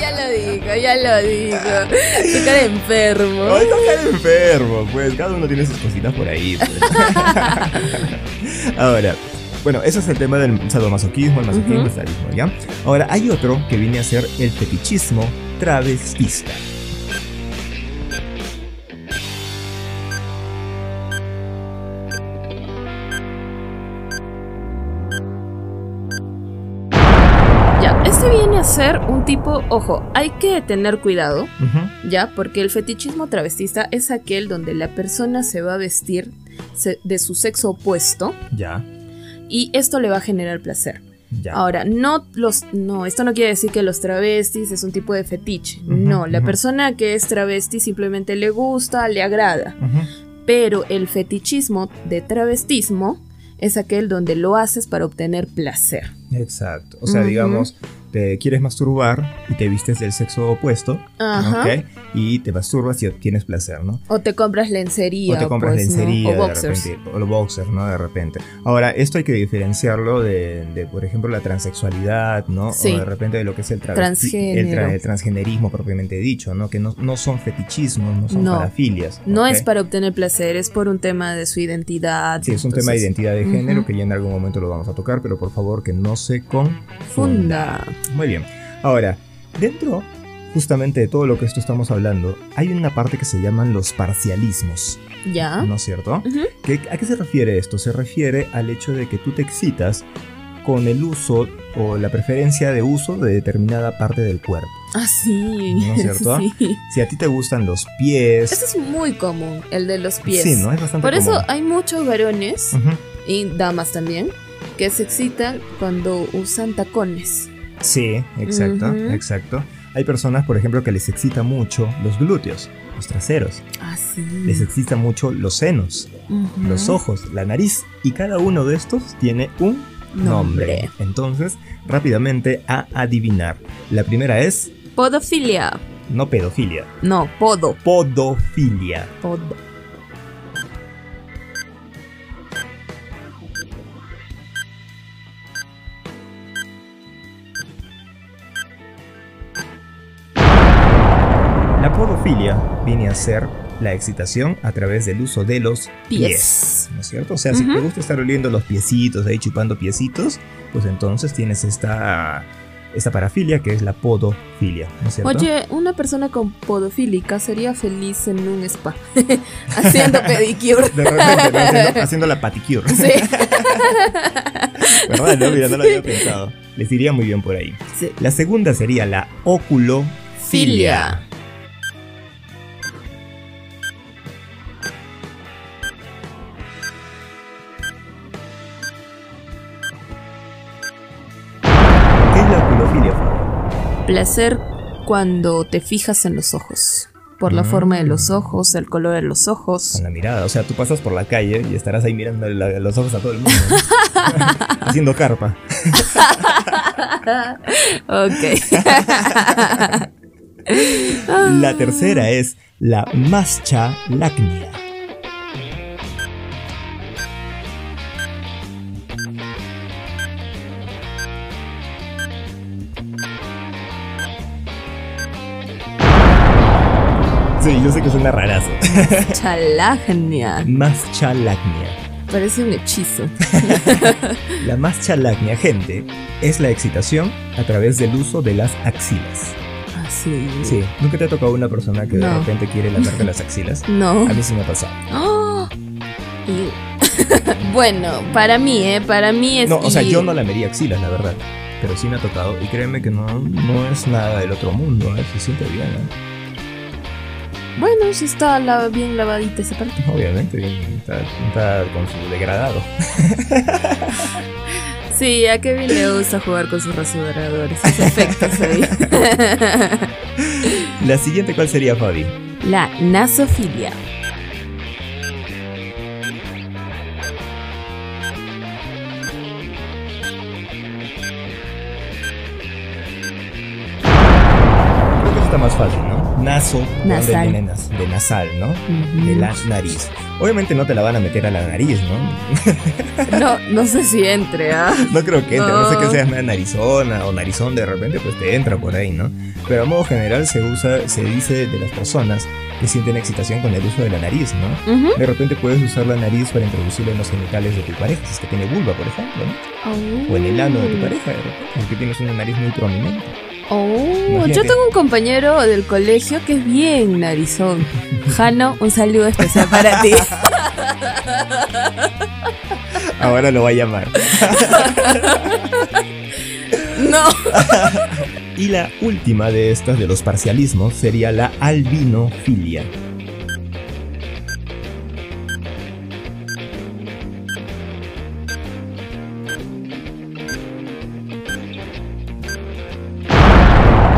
Speaker 2: ya lo digo, ya lo digo. Tu cara de enfermo.
Speaker 3: Ay, no cada enfermo, pues cada uno tiene sus cositas por ahí. pues. Ahora, bueno, ese es el tema del sadomasoquismo, el masoquismo,
Speaker 2: Ujú.
Speaker 3: el sadismo, ¿ya? Ahora, hay otro que viene a ser el fetichismo travestista.
Speaker 2: Ya, este viene a ser un tipo, ojo, hay que tener cuidado,
Speaker 3: Ujú.
Speaker 2: ya, porque el fetichismo travestista es aquel donde la persona se va a vestir se- de su sexo opuesto
Speaker 3: Ya,
Speaker 2: y esto le va a generar placer.
Speaker 3: ya.
Speaker 2: Ahora, no los. No, esto no quiere decir que los travestis es un tipo de fetiche.
Speaker 3: Ujú,
Speaker 2: no, la
Speaker 3: ujú.
Speaker 2: persona que es travesti simplemente le gusta, le agrada.
Speaker 3: Ujú.
Speaker 2: Pero el fetichismo de travestismo es aquel donde lo haces para obtener placer.
Speaker 3: Exacto. O sea,
Speaker 2: Ujú.
Speaker 3: digamos, te quieres masturbar y te vistes del sexo opuesto,
Speaker 2: Ajá.
Speaker 3: ¿ok? Y te masturbas y obtienes placer, ¿no?
Speaker 2: O te compras lencería.
Speaker 3: O te compras
Speaker 2: pues, ¿no?
Speaker 3: lencería
Speaker 2: O
Speaker 3: de
Speaker 2: boxers.
Speaker 3: repente, o los boxers, ¿no? De repente. Ahora, esto hay que diferenciarlo de, de, por ejemplo, la transexualidad, ¿no?
Speaker 2: Sí.
Speaker 3: O de repente de lo que es el, travesti-
Speaker 2: Transgénero.
Speaker 3: el, tra- el transgenerismo propiamente dicho, ¿no? Que no, no son fetichismos, no son
Speaker 2: No.
Speaker 3: parafilias.
Speaker 2: No
Speaker 3: ¿ok?
Speaker 2: es para obtener placer, es por un tema de su identidad.
Speaker 3: Sí, es un tema de
Speaker 2: entonces,
Speaker 3: identidad de género
Speaker 2: Ujú.
Speaker 3: que ya en algún momento lo vamos a tocar, pero por favor que no se confunda.
Speaker 2: Funda.
Speaker 3: Muy bien. Ahora, dentro justamente de todo lo que esto estamos hablando, hay una parte que se llaman los parcialismos,
Speaker 2: ¿Ya?
Speaker 3: ¿no es cierto?
Speaker 2: ¿Ah? Ujú.
Speaker 3: ¿Qué- ¿A qué se refiere esto? Se refiere al hecho de que tú te excitas con el uso o la preferencia de uso de determinada parte del cuerpo.
Speaker 2: Ah, sí.
Speaker 3: ¿No es cierto?
Speaker 2: Sí.
Speaker 3: Si a ti te gustan los pies,
Speaker 2: Eso es muy común, el de los pies.
Speaker 3: sí, ¿no? Es bastante
Speaker 2: Por eso
Speaker 3: común. Mm.
Speaker 2: hay muchos varones
Speaker 3: Ujú.
Speaker 2: y damas también que se excitan cuando usan tacones.
Speaker 3: Sí, exacto,
Speaker 2: Ujú.
Speaker 3: exacto. Hay personas, por ejemplo, que les excita mucho los glúteos, los traseros,
Speaker 2: Ah, sí.
Speaker 3: les excita mucho los senos,
Speaker 2: Ujú.
Speaker 3: los ojos, la nariz y cada uno de estos tiene un nombre.
Speaker 2: Nombre.
Speaker 3: Entonces, rápidamente a adivinar. La primera es
Speaker 2: Podofilia.
Speaker 3: no pedofilia,
Speaker 2: No, podo.
Speaker 3: podofilia.
Speaker 2: Podo.
Speaker 3: La podofilia viene a ser la excitación a través del uso de los pies.
Speaker 2: Pies.
Speaker 3: ¿No es cierto? O sea, si
Speaker 2: Ujú.
Speaker 3: te gusta estar oliendo los piecitos, ahí chupando piecitos, pues entonces tienes esta, esta parafilia que es la podofilia, ¿no es cierto?
Speaker 2: Oye, una persona con podofílica sería feliz en un spa haciendo pedicure.
Speaker 3: De repente, ¿no? haciendo, haciendo la paticure,
Speaker 2: Sí.
Speaker 3: ¿verdad? No, mira, no lo había pensado. Les iría muy bien por ahí.
Speaker 2: Sí.
Speaker 3: La segunda sería la oculofilia.
Speaker 2: Filia.
Speaker 3: ¿Qué es la oculofilia, Fabio?
Speaker 2: Placer cuando te fijas en los ojos. Por la
Speaker 3: Mm.
Speaker 2: forma de los ojos, el color de los ojos.
Speaker 3: Con la mirada, o sea, tú pasas por la calle y estarás ahí mirando la- los ojos a todo el mundo, haciendo carpa.
Speaker 2: ok. Ah,
Speaker 3: La tercera es la mascha lacnia. Sí, yo sé que suena rarazo.
Speaker 2: Chalagnia.
Speaker 3: Mascha lacnia.
Speaker 2: Parece un hechizo.
Speaker 3: La mascha lacnia, gente, es la excitación a través del uso de las axilas.
Speaker 2: Así.
Speaker 3: Sí, ¿nunca te ha tocado una persona que de
Speaker 2: No.
Speaker 3: repente quiere lamerte las axilas?
Speaker 2: No.
Speaker 3: A mí sí me ha pasado.
Speaker 2: Ah. Y- bueno, para mí, ¿eh? Para mí es.
Speaker 3: No, o sea,
Speaker 2: y-
Speaker 3: yo no lamería axilas, la verdad. Pero sí me ha tocado. Y créeme que no, no es nada del otro mundo, ¿eh? Se siente bien, ¿eh?
Speaker 2: Bueno, sí está la- bien lavadita esa parte.
Speaker 3: Obviamente, bien, está, está con su degradado.
Speaker 2: Sí, a Kevin le gusta jugar con sus rasuradores. Sus efectos ahí.
Speaker 3: La siguiente, ¿cuál sería, Fabi?
Speaker 2: La nasofilia.
Speaker 3: Creo que eso está más fácil, ¿no? Naso, ¿de dónde
Speaker 2: Nasal.
Speaker 3: viene nas- de nasal, ¿no? De la nariz. Obviamente no te la van a meter a la nariz, ¿no?
Speaker 2: No, no sé si entre, ¿ah?
Speaker 3: No creo que entre, no, sé
Speaker 2: No.
Speaker 3: que seas una narizona o narizón de repente, pues te entra por ahí, ¿no? Pero a modo general se usa, se dice de las personas que sienten excitación con el uso de la nariz, ¿no?
Speaker 2: Ujú.
Speaker 3: De repente puedes usar la nariz para introducirla en los genitales de tu pareja, si es que tiene vulva, por ejemplo, ¿no? O en el ano de tu pareja, de repente, si es que tienes una nariz muy prominente.
Speaker 2: Oh, yo
Speaker 3: Imagínate.
Speaker 2: tengo un compañero del colegio que es bien narizón. Jano, un saludo especial para ti.
Speaker 3: Ahora lo va a llamar.
Speaker 2: No.
Speaker 3: Y la última de estas, de los parcialismos, sería la albinofilia.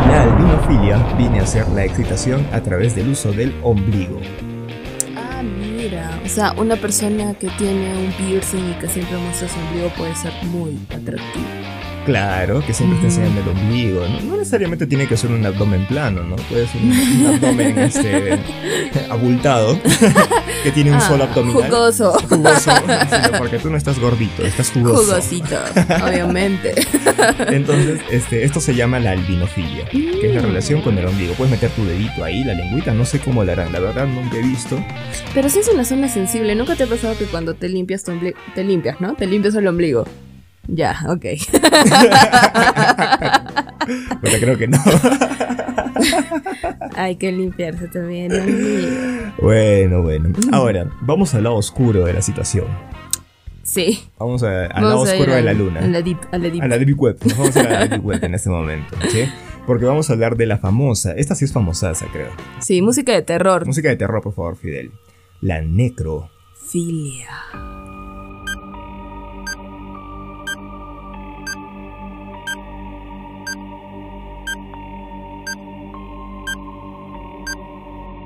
Speaker 3: La albinofilia viene a ser la excitación a través del uso del ombligo.
Speaker 2: Ah, mira. O sea, una persona que tiene un piercing y que siempre muestra su ombligo puede ser muy atractiva.
Speaker 3: Claro, que siempre te
Speaker 2: Mm.
Speaker 3: enseñan el ombligo, ¿no? No necesariamente tiene que ser un abdomen plano, ¿no? Puede ser un, un abdomen este, abultado, que tiene un
Speaker 2: Ah,
Speaker 3: solo abdominal.
Speaker 2: Jugoso.
Speaker 3: Jugoso, sí, porque tú no estás gordito, estás jugoso.
Speaker 2: Jugosito, obviamente.
Speaker 3: Entonces, este, esto se llama la albinofilia, que es la relación con el ombligo. Puedes meter tu dedito ahí, la lengüita, no sé cómo la harán, la verdad nunca he visto.
Speaker 2: Pero sí es una zona sensible. ¿Nunca te ha pasado que cuando te limpias tu ombligo... Te limpias, ¿no? Te limpias el ombligo. Ya, ok.
Speaker 3: Pero creo que no.
Speaker 2: Hay que limpiarse también el ombligo.
Speaker 3: Bueno, bueno. Ahora, vamos al lado oscuro de la situación.
Speaker 2: Sí.
Speaker 3: Vamos a- al
Speaker 2: vamos
Speaker 3: lado
Speaker 2: a ir
Speaker 3: oscuro de
Speaker 2: al-
Speaker 3: la luna.
Speaker 2: Al ladito, al ladito.
Speaker 3: A la Deep Web. Nos vamos a la Deep Web en este momento, ¿sí? Porque vamos a hablar de la famosa. Esta sí es famosaza, creo.
Speaker 2: Sí, música de terror.
Speaker 3: Música de terror, por favor, Fidel. La necro.
Speaker 2: Filia.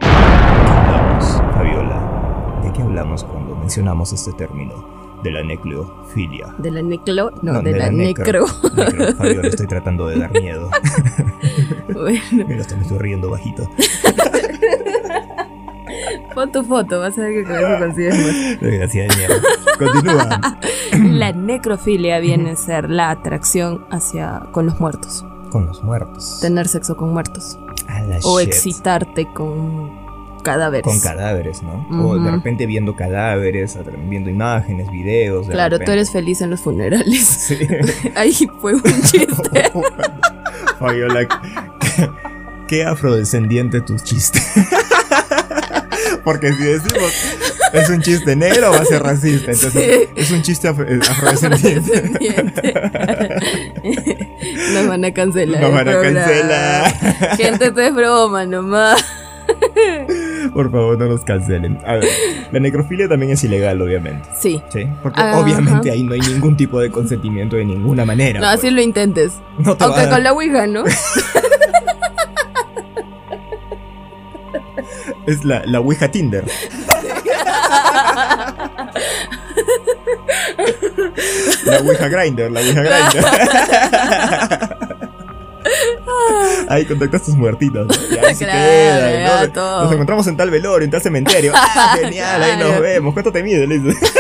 Speaker 3: Hablamos, Fabiola. ¿De qué hablamos cuando mencionamos este término? De la necleofilia.
Speaker 2: De la necro... No, de, la, necro.
Speaker 3: necro. Fabiola, estoy tratando de dar miedo.
Speaker 2: Bueno,
Speaker 3: Mira, hasta me estoy riendo bajito.
Speaker 2: pon tu foto, vas a ver que con eso consigues más.
Speaker 3: Gracias, miedo. Continúa.
Speaker 2: La necrofilia viene a ser la atracción hacia con los muertos,
Speaker 3: Con los muertos.
Speaker 2: tener sexo con muertos
Speaker 3: A la
Speaker 2: o
Speaker 3: shit.
Speaker 2: excitarte con cadáveres.
Speaker 3: Con cadáveres, ¿no? O de
Speaker 2: Ujú.
Speaker 3: repente viendo cadáveres, atra- viendo imágenes, videos. de
Speaker 2: Claro, tú
Speaker 3: repente.
Speaker 2: eres feliz en los funerales.
Speaker 3: Sí.
Speaker 2: Ahí fue un chiste.
Speaker 3: Fabiola, qué- qué afrodescendiente tus chistes. Porque si decimos es un chiste negro, va a ser racista. Entonces, es un chiste afro- eh, afrodescendiente.
Speaker 2: Nos van a cancelar.
Speaker 3: Nos
Speaker 2: el
Speaker 3: van a
Speaker 2: programa.
Speaker 3: cancelar.
Speaker 2: Gente, esto es broma nomás.
Speaker 3: Por favor, no nos cancelen. A ver, la necrofilia también es ilegal, obviamente.
Speaker 2: Sí.
Speaker 3: Sí, porque
Speaker 2: Ajá.
Speaker 3: obviamente ahí no hay ningún tipo de consentimiento de ninguna manera.
Speaker 2: No,
Speaker 3: pues.
Speaker 2: así lo intentes.
Speaker 3: No te va a
Speaker 2: Aunque
Speaker 3: dar-
Speaker 2: con la Ouija, ¿no?
Speaker 3: Es la, la Ouija Tinder. La Ouija Grinder, la Ouija Grinder. Ahí contactas tus muertitos. ¿no? Y ahí se
Speaker 2: Claro,
Speaker 3: quedan, ¿no?
Speaker 2: ya, todo.
Speaker 3: Nos encontramos en tal velorio, en tal cementerio. Ah, genial, ahí nos
Speaker 2: Claro.
Speaker 3: vemos. ¿Cuánto te mide? Le dices,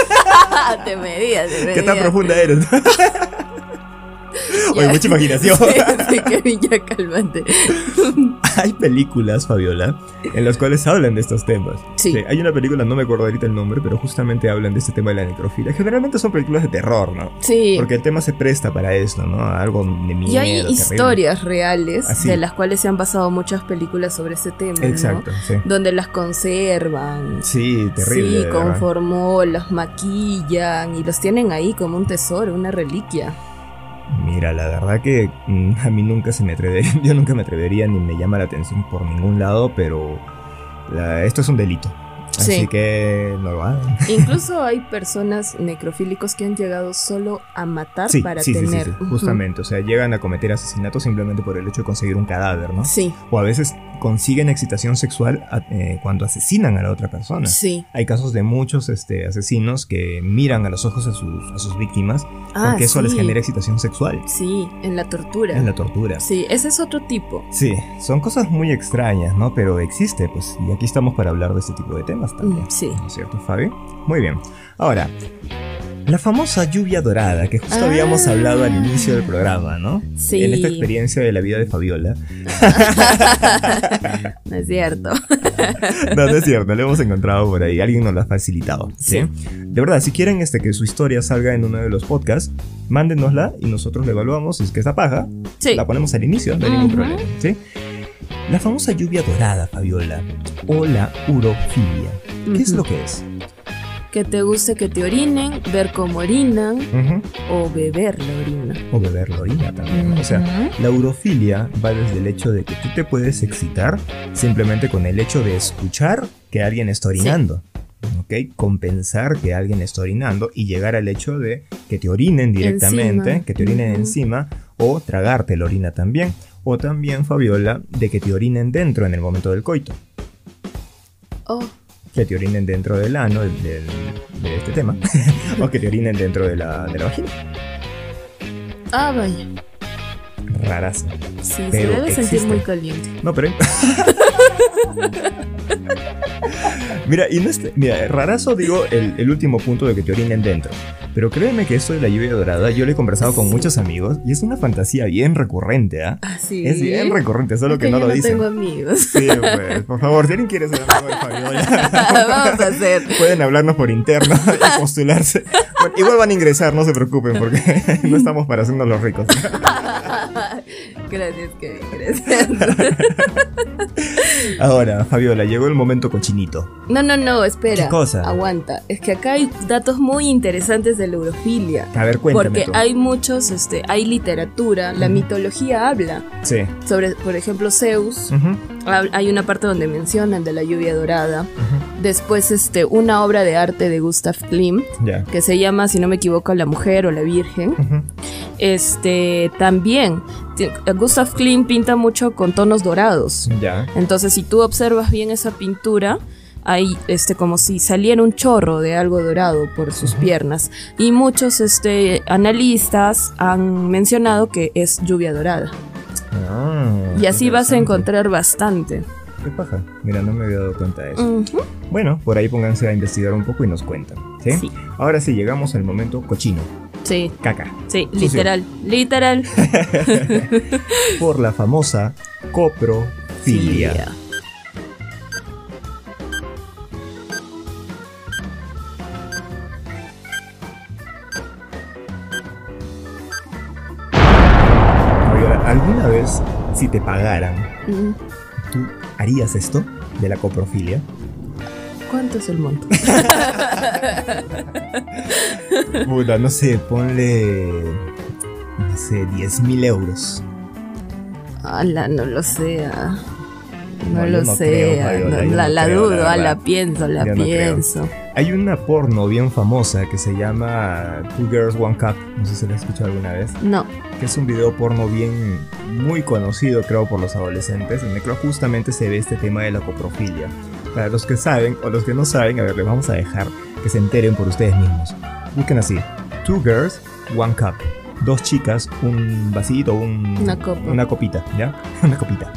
Speaker 2: Ah, te medías, te medías.
Speaker 3: ¿Qué tan profunda eres? Oye, mucha imaginación.
Speaker 2: Sí, que Villa, cálmate.
Speaker 3: Hay películas, Fabiola, en las cuales hablan de estos temas.
Speaker 2: Sí.
Speaker 3: hay una película, no me acuerdo ahorita el nombre, pero justamente hablan de este tema de la necrofilia. Generalmente son películas de terror, ¿no?
Speaker 2: Sí.
Speaker 3: Porque el tema se presta para esto, ¿no? A Algo de miedo.
Speaker 2: Y hay
Speaker 3: terrible. Ah,
Speaker 2: historias reales
Speaker 3: Así.
Speaker 2: de las cuales se han pasado muchas películas sobre ese tema, ¿no?
Speaker 3: Exacto, sí.
Speaker 2: Donde las conservan.
Speaker 3: Sí, terrible. de
Speaker 2: sí,
Speaker 3: verdad.
Speaker 2: con formol, las maquillan y los tienen ahí como un tesoro, una reliquia.
Speaker 3: Mira, la verdad que mm, a mí nunca se me atrevería, yo nunca me atrevería ni me llama la atención por ningún lado, pero la- esto es un delito. Así
Speaker 2: Sí.
Speaker 3: que no lo hagan.
Speaker 2: Incluso hay personas necrofílicos que han llegado solo a matar
Speaker 3: Sí,
Speaker 2: para
Speaker 3: sí, sí, sí,
Speaker 2: tener.
Speaker 3: sí,
Speaker 2: Ujú.
Speaker 3: justamente. O sea, llegan a cometer asesinatos simplemente por el hecho de conseguir un cadáver, ¿no?
Speaker 2: Sí,
Speaker 3: O a veces consiguen excitación sexual a- eh, cuando asesinan a la otra persona.
Speaker 2: sí.
Speaker 3: Hay casos de muchos este, asesinos que miran a los ojos a sus, a sus víctimas
Speaker 2: Ah,
Speaker 3: porque eso les
Speaker 2: sí.
Speaker 3: genera excitación sexual
Speaker 2: Sí, en la tortura.
Speaker 3: en la tortura.
Speaker 2: Sí, ese es otro tipo.
Speaker 3: Sí, son cosas muy extrañas, ¿no? Pero existe, pues, y aquí estamos para hablar de este tipo de temas también.
Speaker 2: Mm, Sí.
Speaker 3: ¿No es cierto, Fabi? Muy bien. Ahora, la famosa lluvia dorada que justo
Speaker 2: Ah.
Speaker 3: habíamos hablado al inicio del programa, ¿no?
Speaker 2: Sí.
Speaker 3: En esta experiencia de la vida de Fabiola.
Speaker 2: No es cierto.
Speaker 3: No, no es cierto, lo hemos encontrado por ahí. Alguien nos lo ha facilitado. ¿sí? De verdad, si quieren este, que su historia salga en uno de los podcasts, mándenosla y nosotros la evaluamos. Si es que está paja,
Speaker 2: Sí.
Speaker 3: la ponemos al inicio, no hay ningún
Speaker 2: Ujú.
Speaker 3: problema. ¿sí? La famosa lluvia dorada, Fabiola, o la urofilia. ¿Qué es
Speaker 2: Ujú.
Speaker 3: lo que es?
Speaker 2: Que te guste que te orinen, ver cómo orinan
Speaker 3: Ujú.
Speaker 2: o beber la orina.
Speaker 3: O beber la orina también. ¿no? Mm, O sea,
Speaker 2: Ujú.
Speaker 3: La urofilia va desde el hecho de que tú te puedes excitar simplemente con el hecho de escuchar que alguien está orinando. ¿Ok? Compensar que alguien está orinando y llegar al hecho de que te orinen directamente,
Speaker 2: Encima.
Speaker 3: que te orinen
Speaker 2: Ujú.
Speaker 3: encima o tragarte la orina también. O también, Fabiola, de que te orinen dentro en el momento del coito.
Speaker 2: Oh,
Speaker 3: Que te orinen dentro del ano, del- del- de este tema. o que te orinen dentro de la, de la vagina.
Speaker 2: Ah, vaya.
Speaker 3: Raras.
Speaker 2: Sí, se
Speaker 3: Pero
Speaker 2: debe sentir
Speaker 3: existe.
Speaker 2: muy caliente.
Speaker 3: No, pero. mira, y no este- mira, rarazo digo el, el último punto de que te orinen dentro. Pero créeme que esto de la lluvia dorada, yo lo he conversado con muchos amigos y es una fantasía bien recurrente, ¿ah?
Speaker 2: Así.
Speaker 3: Es bien recurrente, solo que, no
Speaker 2: yo
Speaker 3: lo
Speaker 2: no
Speaker 3: dicen.
Speaker 2: tengo amigos.
Speaker 3: Sí, pues, por favor, si alguien quiere ser amigo de Fabiola,
Speaker 2: Vamos a hacer.
Speaker 3: pueden hablarnos por interno y postularse. Bueno, igual van a ingresar, no se preocupen, porque no estamos para hacernos los ricos.
Speaker 2: Gracias, Kevin. Gracias.
Speaker 3: Ahora, Fabiola, llegó el momento cochinito.
Speaker 2: No, no, no, espera.
Speaker 3: ¿Qué cosa?
Speaker 2: Aguanta. Es que acá hay datos muy interesantes de la eurofilia.
Speaker 3: A ver, cuéntame
Speaker 2: Porque
Speaker 3: tú.
Speaker 2: hay muchos, este, hay literatura, la
Speaker 3: Ujú.
Speaker 2: mitología habla
Speaker 3: Sí.
Speaker 2: sobre, por ejemplo, Zeus.
Speaker 3: Ujú,
Speaker 2: hab- Hay una parte donde mencionan de la lluvia dorada.
Speaker 3: ujú.
Speaker 2: Después, este, una obra de arte de Gustav Klimt
Speaker 3: Ya.
Speaker 2: que se llama, si no me equivoco, La Mujer o la Virgen.
Speaker 3: Ujú.
Speaker 2: Este, también ti- eh, Gustav Klimt pinta mucho con tonos dorados.
Speaker 3: Ya.
Speaker 2: Entonces, si tú observas bien esa pintura, hay este como si saliera un chorro de algo dorado por sus piernas. Y muchos este, analistas han mencionado que es lluvia dorada.
Speaker 3: Ah,
Speaker 2: Y así vas a
Speaker 3: interesante.
Speaker 2: encontrar bastante.
Speaker 3: ¿Qué paja? Mira, no me había dado cuenta de eso.
Speaker 2: Ujú.
Speaker 3: Bueno, por ahí pónganse a investigar un poco y nos cuentan. ¿sí?
Speaker 2: Mm. Sí.
Speaker 3: Ahora sí, llegamos al momento cochino.
Speaker 2: Sí,
Speaker 3: Caca.
Speaker 2: sí,
Speaker 3: Sucio.
Speaker 2: literal, literal.
Speaker 3: Por la famosa coprofilia.
Speaker 2: Filia.
Speaker 3: Fabiola, ¿alguna vez si te pagaran,
Speaker 2: Mm,
Speaker 3: tú harías esto de la coprofilia?
Speaker 2: ¿Cuánto es el monto?
Speaker 3: Puta, no sé, ponle. No sé, 10 mil euros.
Speaker 2: Ala, no lo sé. ah. No,
Speaker 3: No, yo
Speaker 2: lo
Speaker 3: no
Speaker 2: sé.
Speaker 3: creo,
Speaker 2: ah,
Speaker 3: Fabiola,
Speaker 2: no-
Speaker 3: yo
Speaker 2: la
Speaker 3: no
Speaker 2: la
Speaker 3: creo, la
Speaker 2: dudo, ah, la
Speaker 3: verdad.
Speaker 2: pienso, la
Speaker 3: Yo no creo.
Speaker 2: pienso.
Speaker 3: Hay una porno bien famosa que se llama Two Girls One Cup. No sé si la has escuchado alguna vez.
Speaker 2: No,
Speaker 3: que es un video porno bien muy conocido creo por los adolescentes, en el cual justamente se ve este tema de la coprofilia. Para los que saben o los que no saben, a ver, les vamos a dejar que se enteren por ustedes mismos. Busquen así, Two Girls, One Cup. Dos chicas, un vasito, un,
Speaker 2: Una copa.
Speaker 3: una copita, ¿ya? Una copita.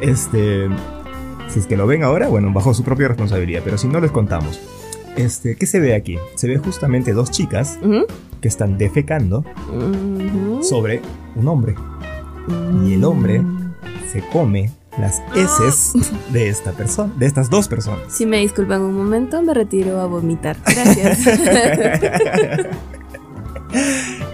Speaker 3: este, si es que lo ven ahora, bueno, bajo su propia responsabilidad, pero si no les contamos. Este, ¿qué se ve aquí? Se ve justamente dos chicas
Speaker 2: Ujú.
Speaker 3: que están defecando
Speaker 2: Ujú.
Speaker 3: sobre un hombre. Y el hombre se come las heces
Speaker 2: Ah.
Speaker 3: de esta persona, de estas dos personas.
Speaker 2: Si me disculpan un momento, me retiro a vomitar. Gracias.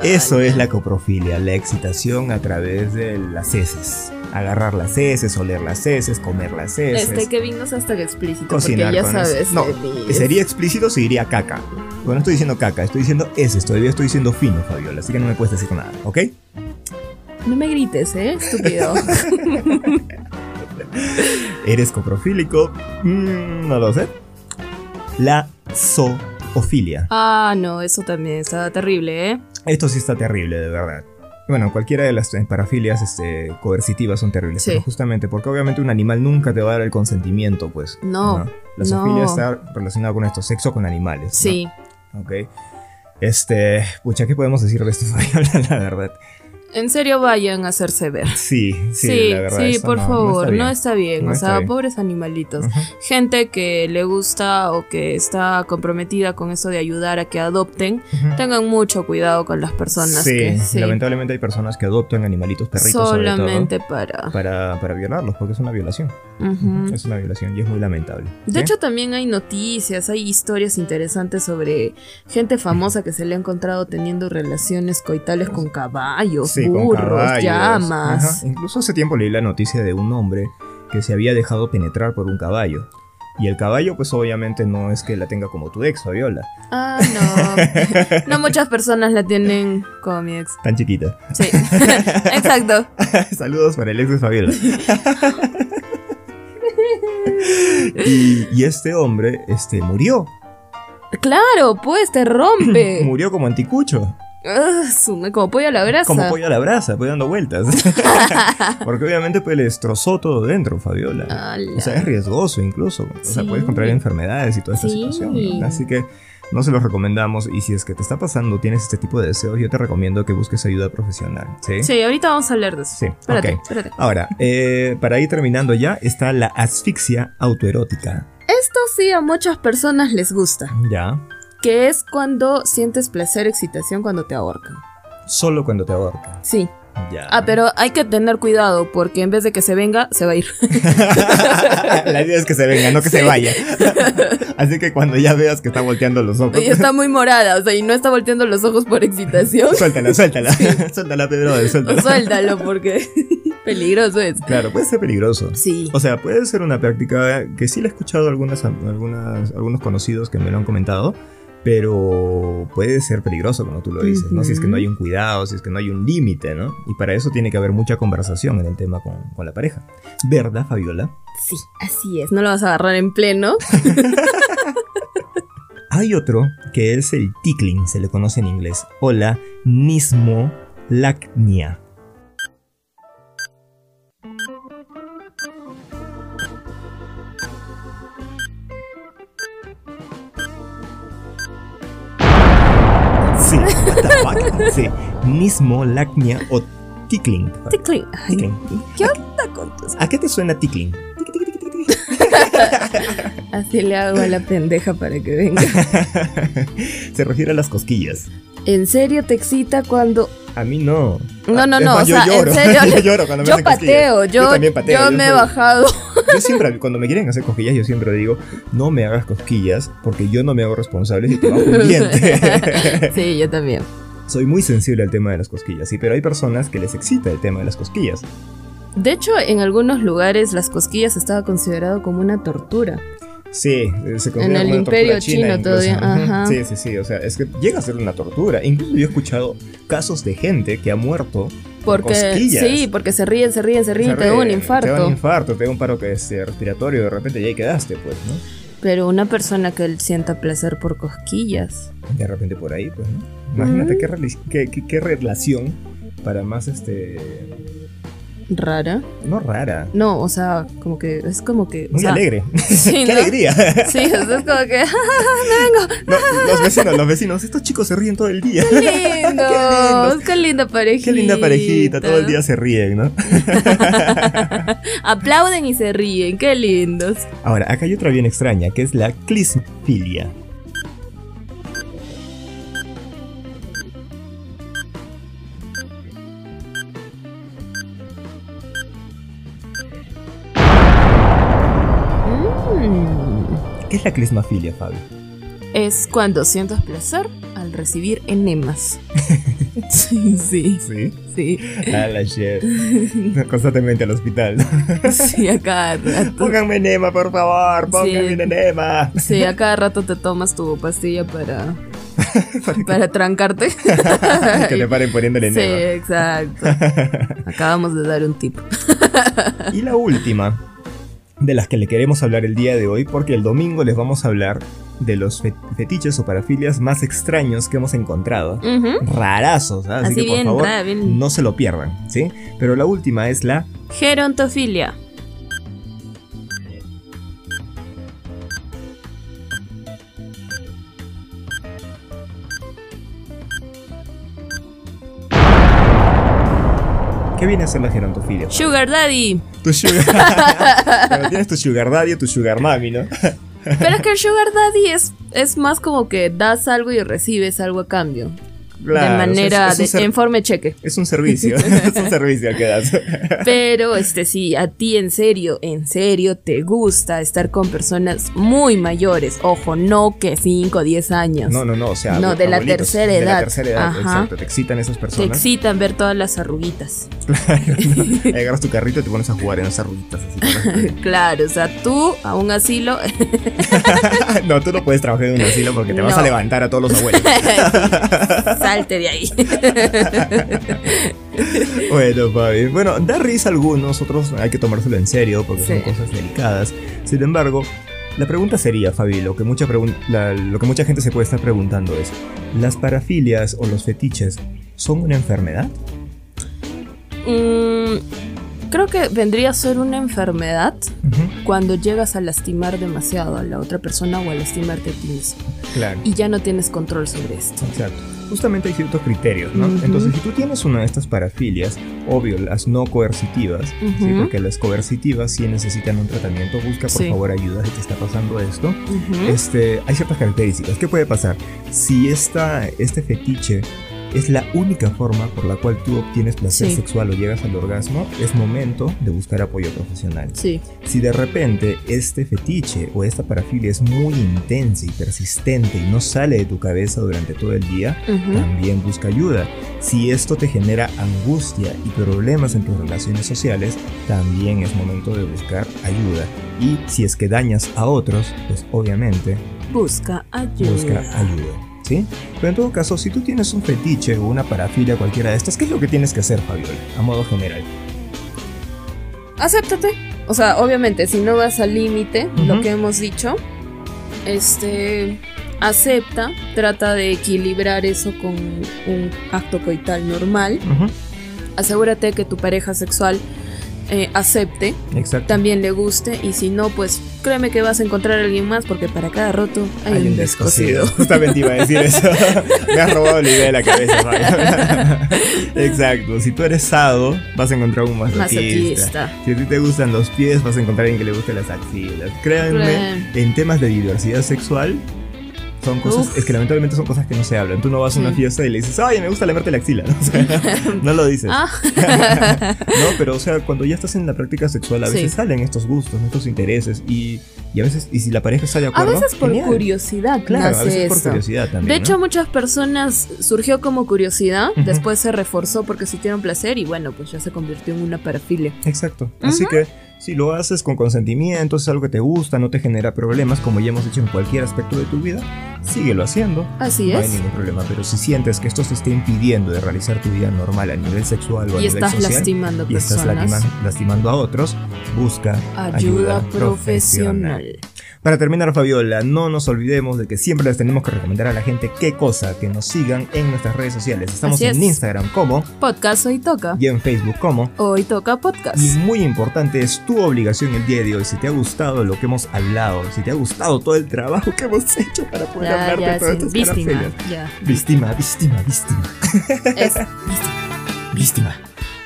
Speaker 3: Eso es la coprofilia, la excitación a través de las heces. Agarrar las heces, oler las heces, comer las heces.
Speaker 2: este Kevin no es hasta que explícito,
Speaker 3: Cocinar
Speaker 2: porque ya
Speaker 3: con eso.
Speaker 2: sabes.
Speaker 3: No,
Speaker 2: de mí.
Speaker 3: Sería explícito si diría caca. Bueno, no estoy diciendo caca, estoy diciendo heces. Todavía estoy diciendo fino, Fabiola, así que no me puedes decir nada, ¿ok?
Speaker 2: No me grites, ¿eh? Estúpido.
Speaker 3: ¿Eres coprofílico? Mm, no lo sé. La zoofilia.
Speaker 2: ah, no, eso también está terrible, ¿eh?
Speaker 3: Esto sí está terrible, de verdad. Bueno, cualquiera de las eh, parafilias este, coercitivas son terribles,
Speaker 2: Sí.
Speaker 3: pero justamente porque obviamente un animal nunca te va a dar el consentimiento, pues.
Speaker 2: No,
Speaker 3: La
Speaker 2: no.
Speaker 3: zoofilia está relacionada con esto, sexo con animales. ¿no?
Speaker 2: Sí.
Speaker 3: Ok. Este, pucha, ¿qué podemos decir de esto, Fabiola? La verdad.
Speaker 2: En serio, vayan a hacerse ver.
Speaker 3: Sí, sí,
Speaker 2: Sí,
Speaker 3: la verdad.
Speaker 2: sí,
Speaker 3: esto
Speaker 2: por
Speaker 3: no-
Speaker 2: favor, no
Speaker 3: está
Speaker 2: está bien.
Speaker 3: No
Speaker 2: o
Speaker 3: está
Speaker 2: sea,
Speaker 3: bien.
Speaker 2: pobres animalitos.
Speaker 3: bien.
Speaker 2: Gente que le gusta o que está comprometida con eso de ayudar a que adopten,
Speaker 3: Ujú, ujú.
Speaker 2: tengan mucho cuidado con las personas
Speaker 3: Sí,
Speaker 2: que sí,
Speaker 3: lamentablemente hay personas que adoptan animalitos perritos sobre todo,
Speaker 2: solamente para.
Speaker 3: para, para violarlos, porque es una violación.
Speaker 2: Ujú.
Speaker 3: Es una violación y es muy lamentable.
Speaker 2: De
Speaker 3: ¿Sí?
Speaker 2: hecho, también hay noticias, hay historias interesantes sobre gente famosa que se le ha encontrado teniendo relaciones coitales con caballos,
Speaker 3: Sí, con
Speaker 2: burros,
Speaker 3: caballos.
Speaker 2: llamas.
Speaker 3: Ajá. Incluso hace tiempo leí la noticia de un hombre que se había dejado penetrar por un caballo. Y el caballo, pues obviamente no es que la tenga como tu ex, Fabiola,
Speaker 2: Ah, no. No muchas personas la tienen como mi ex.
Speaker 3: tan chiquita.
Speaker 2: Sí, exacto.
Speaker 3: Saludos para el ex de Fabiola. y, y este hombre este, murió.
Speaker 2: Claro, pues te rompe.
Speaker 3: Murió como anticucho.
Speaker 2: Ah, su- como pollo a la brasa.
Speaker 3: Como pollo a la brasa, pues dando vueltas. Porque obviamente pues le destrozó todo dentro, Fabiola.
Speaker 2: Ala.
Speaker 3: O sea, es riesgoso incluso. O sea,
Speaker 2: Sí.
Speaker 3: puedes contraer enfermedades y toda esta
Speaker 2: Sí.
Speaker 3: situación. Así que No se los recomendamos y si es que te está pasando, tienes este tipo de deseos, yo te recomiendo que busques ayuda profesional. ¿sí?
Speaker 2: Sí, ahorita vamos a hablar de eso.
Speaker 3: Sí,
Speaker 2: Espérate,
Speaker 3: ok.
Speaker 2: espérate.
Speaker 3: Ahora, eh, para ir terminando ya, está la asfixia autoerótica.
Speaker 2: Esto sí a muchas personas les gusta,
Speaker 3: Ya.
Speaker 2: que es cuando sientes placer, excitación cuando te ahorcan.
Speaker 3: Solo cuando te ahorca.
Speaker 2: Sí.
Speaker 3: Ya.
Speaker 2: Ah, pero hay que tener cuidado porque en vez de que se venga, se va a ir.
Speaker 3: la idea es que se venga, no que se
Speaker 2: Sí.
Speaker 3: vaya. Así que cuando ya veas que está volteando los ojos,
Speaker 2: Y está muy morada, o sea, y no está volteando los ojos por excitación.
Speaker 3: suéltala, suéltala. suéltala, Pedro, suéltala.
Speaker 2: Suéltalo porque peligroso es.
Speaker 3: Claro, puede ser peligroso.
Speaker 2: Sí.
Speaker 3: O sea, puede ser una práctica que sí la he escuchado algunas, algunas, algunos conocidos que me lo han comentado, pero puede ser peligroso, como tú lo dices, ¿no? Si es que no hay un cuidado, si es que no hay un límite, ¿no? Y para eso tiene que haber mucha conversación en el tema con, con la pareja. ¿Verdad, Fabiola?
Speaker 2: Sí, así es. No lo vas a agarrar en pleno.
Speaker 3: Hay otro que es el tickling, se le conoce en inglés, o la nismolacnia. Sí, what the fuck, sí, nismolacnia o tickling.
Speaker 2: Tickling.
Speaker 3: Tickling.
Speaker 2: ¿Qué onda con tus?
Speaker 3: ¿A qué te suena tickling?
Speaker 2: Así le hago a la pendeja para que venga.
Speaker 3: se refiere a las cosquillas.
Speaker 2: ¿En serio te excita cuando.?
Speaker 3: A mí no.
Speaker 2: No,
Speaker 3: Ah,
Speaker 2: no,
Speaker 3: es
Speaker 2: no,
Speaker 3: más,
Speaker 2: o
Speaker 3: yo
Speaker 2: sea,
Speaker 3: lloro.
Speaker 2: en serio.
Speaker 3: yo lloro cuando me
Speaker 2: Yo
Speaker 3: hacen cosquillas.
Speaker 2: pateo, yo, yo,
Speaker 3: también pateo, yo
Speaker 2: me he
Speaker 3: soy-
Speaker 2: bajado.
Speaker 3: Yo siempre, cuando me quieren hacer cosquillas, yo siempre digo, no me hagas cosquillas porque yo no me hago responsable si te bajo un diente.
Speaker 2: sí, yo también.
Speaker 3: Soy muy sensible al tema de las cosquillas, sí, pero hay personas que les excita el tema de las cosquillas.
Speaker 2: De hecho, en algunos lugares las cosquillas estaba considerado como una tortura.
Speaker 3: Sí, eh, se considera
Speaker 2: el
Speaker 3: como una tortura
Speaker 2: imperio
Speaker 3: china
Speaker 2: chino
Speaker 3: incluso.
Speaker 2: todavía, ajá.
Speaker 3: Sí, sí, sí, o sea, es que llega a ser una tortura. Incluso yo he escuchado casos de gente que ha muerto por
Speaker 2: Porque
Speaker 3: cosquillas.
Speaker 2: sí, porque se ríen, se ríen, se ríen, y te da un
Speaker 3: Te da un
Speaker 2: infarto.
Speaker 3: infarto, te da un paro que es eh, respiratorio, de repente y ahí quedaste, pues, ¿no?
Speaker 2: Pero una persona que él sienta placer por cosquillas.
Speaker 3: De repente por ahí, pues, ¿no? Imagínate
Speaker 2: Ujú.
Speaker 3: qué, reli- qué- qué- qué relación para más, este,
Speaker 2: Rara.
Speaker 3: no rara,
Speaker 2: No, o sea, como que es como que. o
Speaker 3: muy
Speaker 2: sea,
Speaker 3: alegre.
Speaker 2: sí,
Speaker 3: ¡Qué
Speaker 2: ¿no?
Speaker 3: alegría!
Speaker 2: Sí, o sea, es como que. "Ah,
Speaker 3: No, los vecinos, los vecinos, estos chicos se ríen todo el día.
Speaker 2: ¡Qué lindo!
Speaker 3: lindos!
Speaker 2: ¡Qué linda parejita!
Speaker 3: Qué linda parejita, todo el día se ríen, ¿no?
Speaker 2: Aplauden y se ríen, qué lindos.
Speaker 3: Ahora, acá hay otra bien extraña, que es la clisfilia.
Speaker 2: Mm.
Speaker 3: ¿Qué es la clismafilia, Fabio?
Speaker 2: Es cuando sientes placer al recibir enemas. sí, sí,
Speaker 3: Sí.
Speaker 2: sí.
Speaker 3: A Ah, la shit. Constantemente al hospital.
Speaker 2: Sí, a cada rato.
Speaker 3: Pónganme enema, por favor, pónganme
Speaker 2: Sí.
Speaker 3: un enema.
Speaker 2: Sí, a cada rato te tomas tu pastilla para, para trancarte.
Speaker 3: que te paren poniéndole
Speaker 2: Sí,
Speaker 3: enema.
Speaker 2: exacto. Acabamos de dar un tip.
Speaker 3: Y la última de las que le queremos hablar el día de hoy, porque el domingo les vamos a hablar de los fe- fetiches o parafilias más extraños que hemos encontrado.
Speaker 2: Ujú.
Speaker 3: Rarazos, ¿ah? así,
Speaker 2: Así
Speaker 3: que por
Speaker 2: bien
Speaker 3: favor
Speaker 2: rara, bien-
Speaker 3: no se lo pierdan, ¿sí? Pero la última es la
Speaker 2: Gerontofilia.
Speaker 3: ¿Qué viene a ser la gerontofilia?
Speaker 2: Sugar Daddy.
Speaker 3: Tu sugar. Pero tienes tu sugar daddy o tu sugar mami, ¿no?
Speaker 2: Pero es que el Sugar Daddy es, es más como que das algo y recibes algo a cambio. de
Speaker 3: Claro, o sea,
Speaker 2: manera,
Speaker 3: es, es un
Speaker 2: de,
Speaker 3: ser-
Speaker 2: en forma de cheque.
Speaker 3: es un servicio, es un servicio que das.
Speaker 2: Pero este si a ti en serio, en serio te gusta estar con personas muy mayores, ojo, no que 5 o 10 años.
Speaker 3: No, no, no, o sea,
Speaker 2: No, de la tercera
Speaker 3: De la
Speaker 2: edad.
Speaker 3: tercera edad,
Speaker 2: Ajá.
Speaker 3: exacto, te excitan esas
Speaker 2: Te
Speaker 3: personas.
Speaker 2: excitan ver todas las arruguitas.
Speaker 3: Agarras tu carrito y te pones a jugar en esas rueditas así. con
Speaker 2: Claro, o sea, tú a un asilo
Speaker 3: las- no, tú no puedes trabajar en un asilo porque te vas a
Speaker 2: No.
Speaker 3: levantar a todos los abuelos.
Speaker 2: salte de ahí.
Speaker 3: bueno, Fabi. Bueno, da risa a algunos, otros hay que tomárselo en serio porque son
Speaker 2: Sí.
Speaker 3: cosas delicadas. Sin embargo, la pregunta sería, Fabi, lo que, mucha pregun- la- lo que mucha gente se puede estar preguntando es, ¿las parafilias o los fetiches son una enfermedad?
Speaker 2: Mm, creo que vendría a ser una enfermedad
Speaker 3: Ujú.
Speaker 2: cuando llegas a lastimar demasiado a la otra persona o a lastimarte a ti mismo.
Speaker 3: Claro.
Speaker 2: Y ya no tienes control sobre esto.
Speaker 3: Exacto. Justamente hay ciertos criterios, ¿no?
Speaker 2: Ujú.
Speaker 3: Entonces, si tú tienes una de estas parafilias, obvio, las no coercitivas, ¿sí?
Speaker 2: Ujú.
Speaker 3: porque las coercitivas sí necesitan un tratamiento, busca por
Speaker 2: Sí.
Speaker 3: favor ayuda si te está pasando esto.
Speaker 2: Ujú.
Speaker 3: Este, hay ciertas características. ¿Qué puede pasar? Si esta, este fetiche es la única forma por la cual tú obtienes placer
Speaker 2: Sí.
Speaker 3: sexual o llegas al orgasmo, es momento de buscar apoyo profesional.
Speaker 2: Sí.
Speaker 3: Si de repente este fetiche o esta parafilia es muy intensa y persistente y no sale de tu cabeza durante todo el día,
Speaker 2: Ujú.
Speaker 3: también busca ayuda. Si esto te genera angustia y problemas en tus relaciones sociales, también es momento de buscar ayuda. Y si es que dañas a otros, pues obviamente
Speaker 2: Busca ayuda.
Speaker 3: busca ayuda. ¿Sí? Pero en todo caso, si tú tienes un fetiche o una parafilia cualquiera de estas, ¿qué es lo que tienes que hacer, Fabiola? A modo general.
Speaker 2: acéptate. O sea, obviamente, si no vas al límite, lo
Speaker 3: Ujú.
Speaker 2: que hemos dicho, este, acepta, trata de equilibrar eso con un acto coital normal. Asegúrate que tu pareja sexual eh, acepte,
Speaker 3: Exacto.
Speaker 2: también le guste, y si no, pues créeme que vas a encontrar a alguien más, porque para cada roto hay,
Speaker 3: Hay
Speaker 2: un
Speaker 3: un
Speaker 2: descosido.
Speaker 3: descosido. Justamente iba a decir eso. Me has robado la idea de la cabeza, Fabiola. Exacto. Si tú eres sado, vas a encontrar un masoquista.
Speaker 2: Masoquista.
Speaker 3: Si a ti te gustan los pies, vas a encontrar a alguien que le guste las axilas. Créanme,
Speaker 2: Claro.
Speaker 3: en temas de diversidad sexual, son cosas,
Speaker 2: Uf.
Speaker 3: es que lamentablemente son cosas que no se hablan. Tú no vas a una
Speaker 2: Mm.
Speaker 3: fiesta y le dices, ay, me gusta lamerte la axila. O sea, no lo dices.
Speaker 2: Ah,
Speaker 3: no, pero o sea, cuando ya estás en la práctica sexual, a veces
Speaker 2: Sí.
Speaker 3: salen estos gustos, estos intereses y, y a veces, y si la pareja está de
Speaker 2: a
Speaker 3: acuerdo.
Speaker 2: veces por
Speaker 3: genial.
Speaker 2: curiosidad,
Speaker 3: Claro,
Speaker 2: nace
Speaker 3: a veces por
Speaker 2: esto.
Speaker 3: curiosidad también.
Speaker 2: De
Speaker 3: ¿no?
Speaker 2: hecho, a muchas personas surgió como curiosidad,
Speaker 3: Ujú.
Speaker 2: después se reforzó porque sintieron placer y bueno, pues ya se convirtió en una parafilia.
Speaker 3: Exacto. Así que si lo haces con consentimiento, es algo que te gusta, no te genera problemas, como ya hemos hecho en cualquier aspecto de tu vida, síguelo haciendo.
Speaker 2: Así
Speaker 3: No hay
Speaker 2: es.
Speaker 3: ningún problema, pero si sientes que esto te está impidiendo de realizar tu vida normal a nivel sexual o a
Speaker 2: Y
Speaker 3: nivel
Speaker 2: estás
Speaker 3: social
Speaker 2: lastimando
Speaker 3: y estás
Speaker 2: personas.
Speaker 3: lastiman- lastimando a otros, busca
Speaker 2: Ayuda, profesional.
Speaker 3: Para terminar, Fabiola, no nos olvidemos de que siempre les tenemos que recomendar a la gente qué cosa, que nos sigan en nuestras redes sociales. Estamos
Speaker 2: Así
Speaker 3: en
Speaker 2: es.
Speaker 3: Instagram como
Speaker 2: Podcast hoy toca.
Speaker 3: y en Facebook como
Speaker 2: Hoy toca podcast.
Speaker 3: Y muy importante es tu obligación el día de hoy. Si te ha gustado lo que hemos hablado, si te ha gustado todo el trabajo que hemos hecho para poder
Speaker 2: Ya,
Speaker 3: hablarte
Speaker 2: ya,
Speaker 3: de todas
Speaker 2: sí,
Speaker 3: estas
Speaker 2: víctima.
Speaker 3: carapelas.
Speaker 2: Ya.
Speaker 3: Víctima, víctima, víctima,
Speaker 2: Es-
Speaker 3: víctima.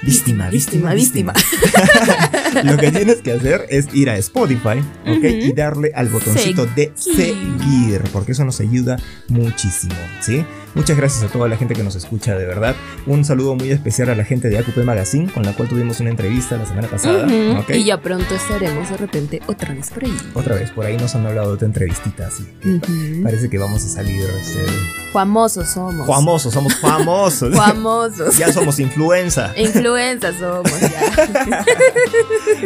Speaker 3: Víctima, víctima,
Speaker 2: Víctima, víctima.
Speaker 3: víctima. Lo que tienes que hacer es ir a Spotify, ¿ok?
Speaker 2: Ujú.
Speaker 3: Y darle al botoncito de
Speaker 2: Seguir.
Speaker 3: seguir, porque eso nos ayuda muchísimo, ¿sí? Muchas gracias a toda la gente que nos escucha, de verdad. Un saludo muy especial a la gente de AQP Magazine, con la cual tuvimos una entrevista la semana pasada,
Speaker 2: Ujú.
Speaker 3: Ah, ¿ok?
Speaker 2: Y ya pronto estaremos de repente otra vez por ahí.
Speaker 3: Otra vez, por ahí nos han hablado de otra entrevistita, así que
Speaker 2: Ujú.
Speaker 3: parece que vamos a salir este,
Speaker 2: Famosos somos.
Speaker 3: famosos, somos famosos.
Speaker 2: Famosos.
Speaker 3: ya somos influenza.
Speaker 2: Influenza somos ya.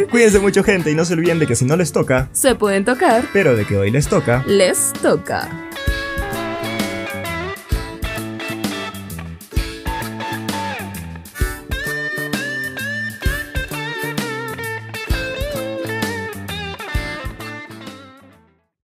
Speaker 3: Cuídense mucho, gente, y no se olviden de que si no les toca,
Speaker 2: Se pueden tocar.
Speaker 3: pero de que hoy les toca.
Speaker 2: Les toca.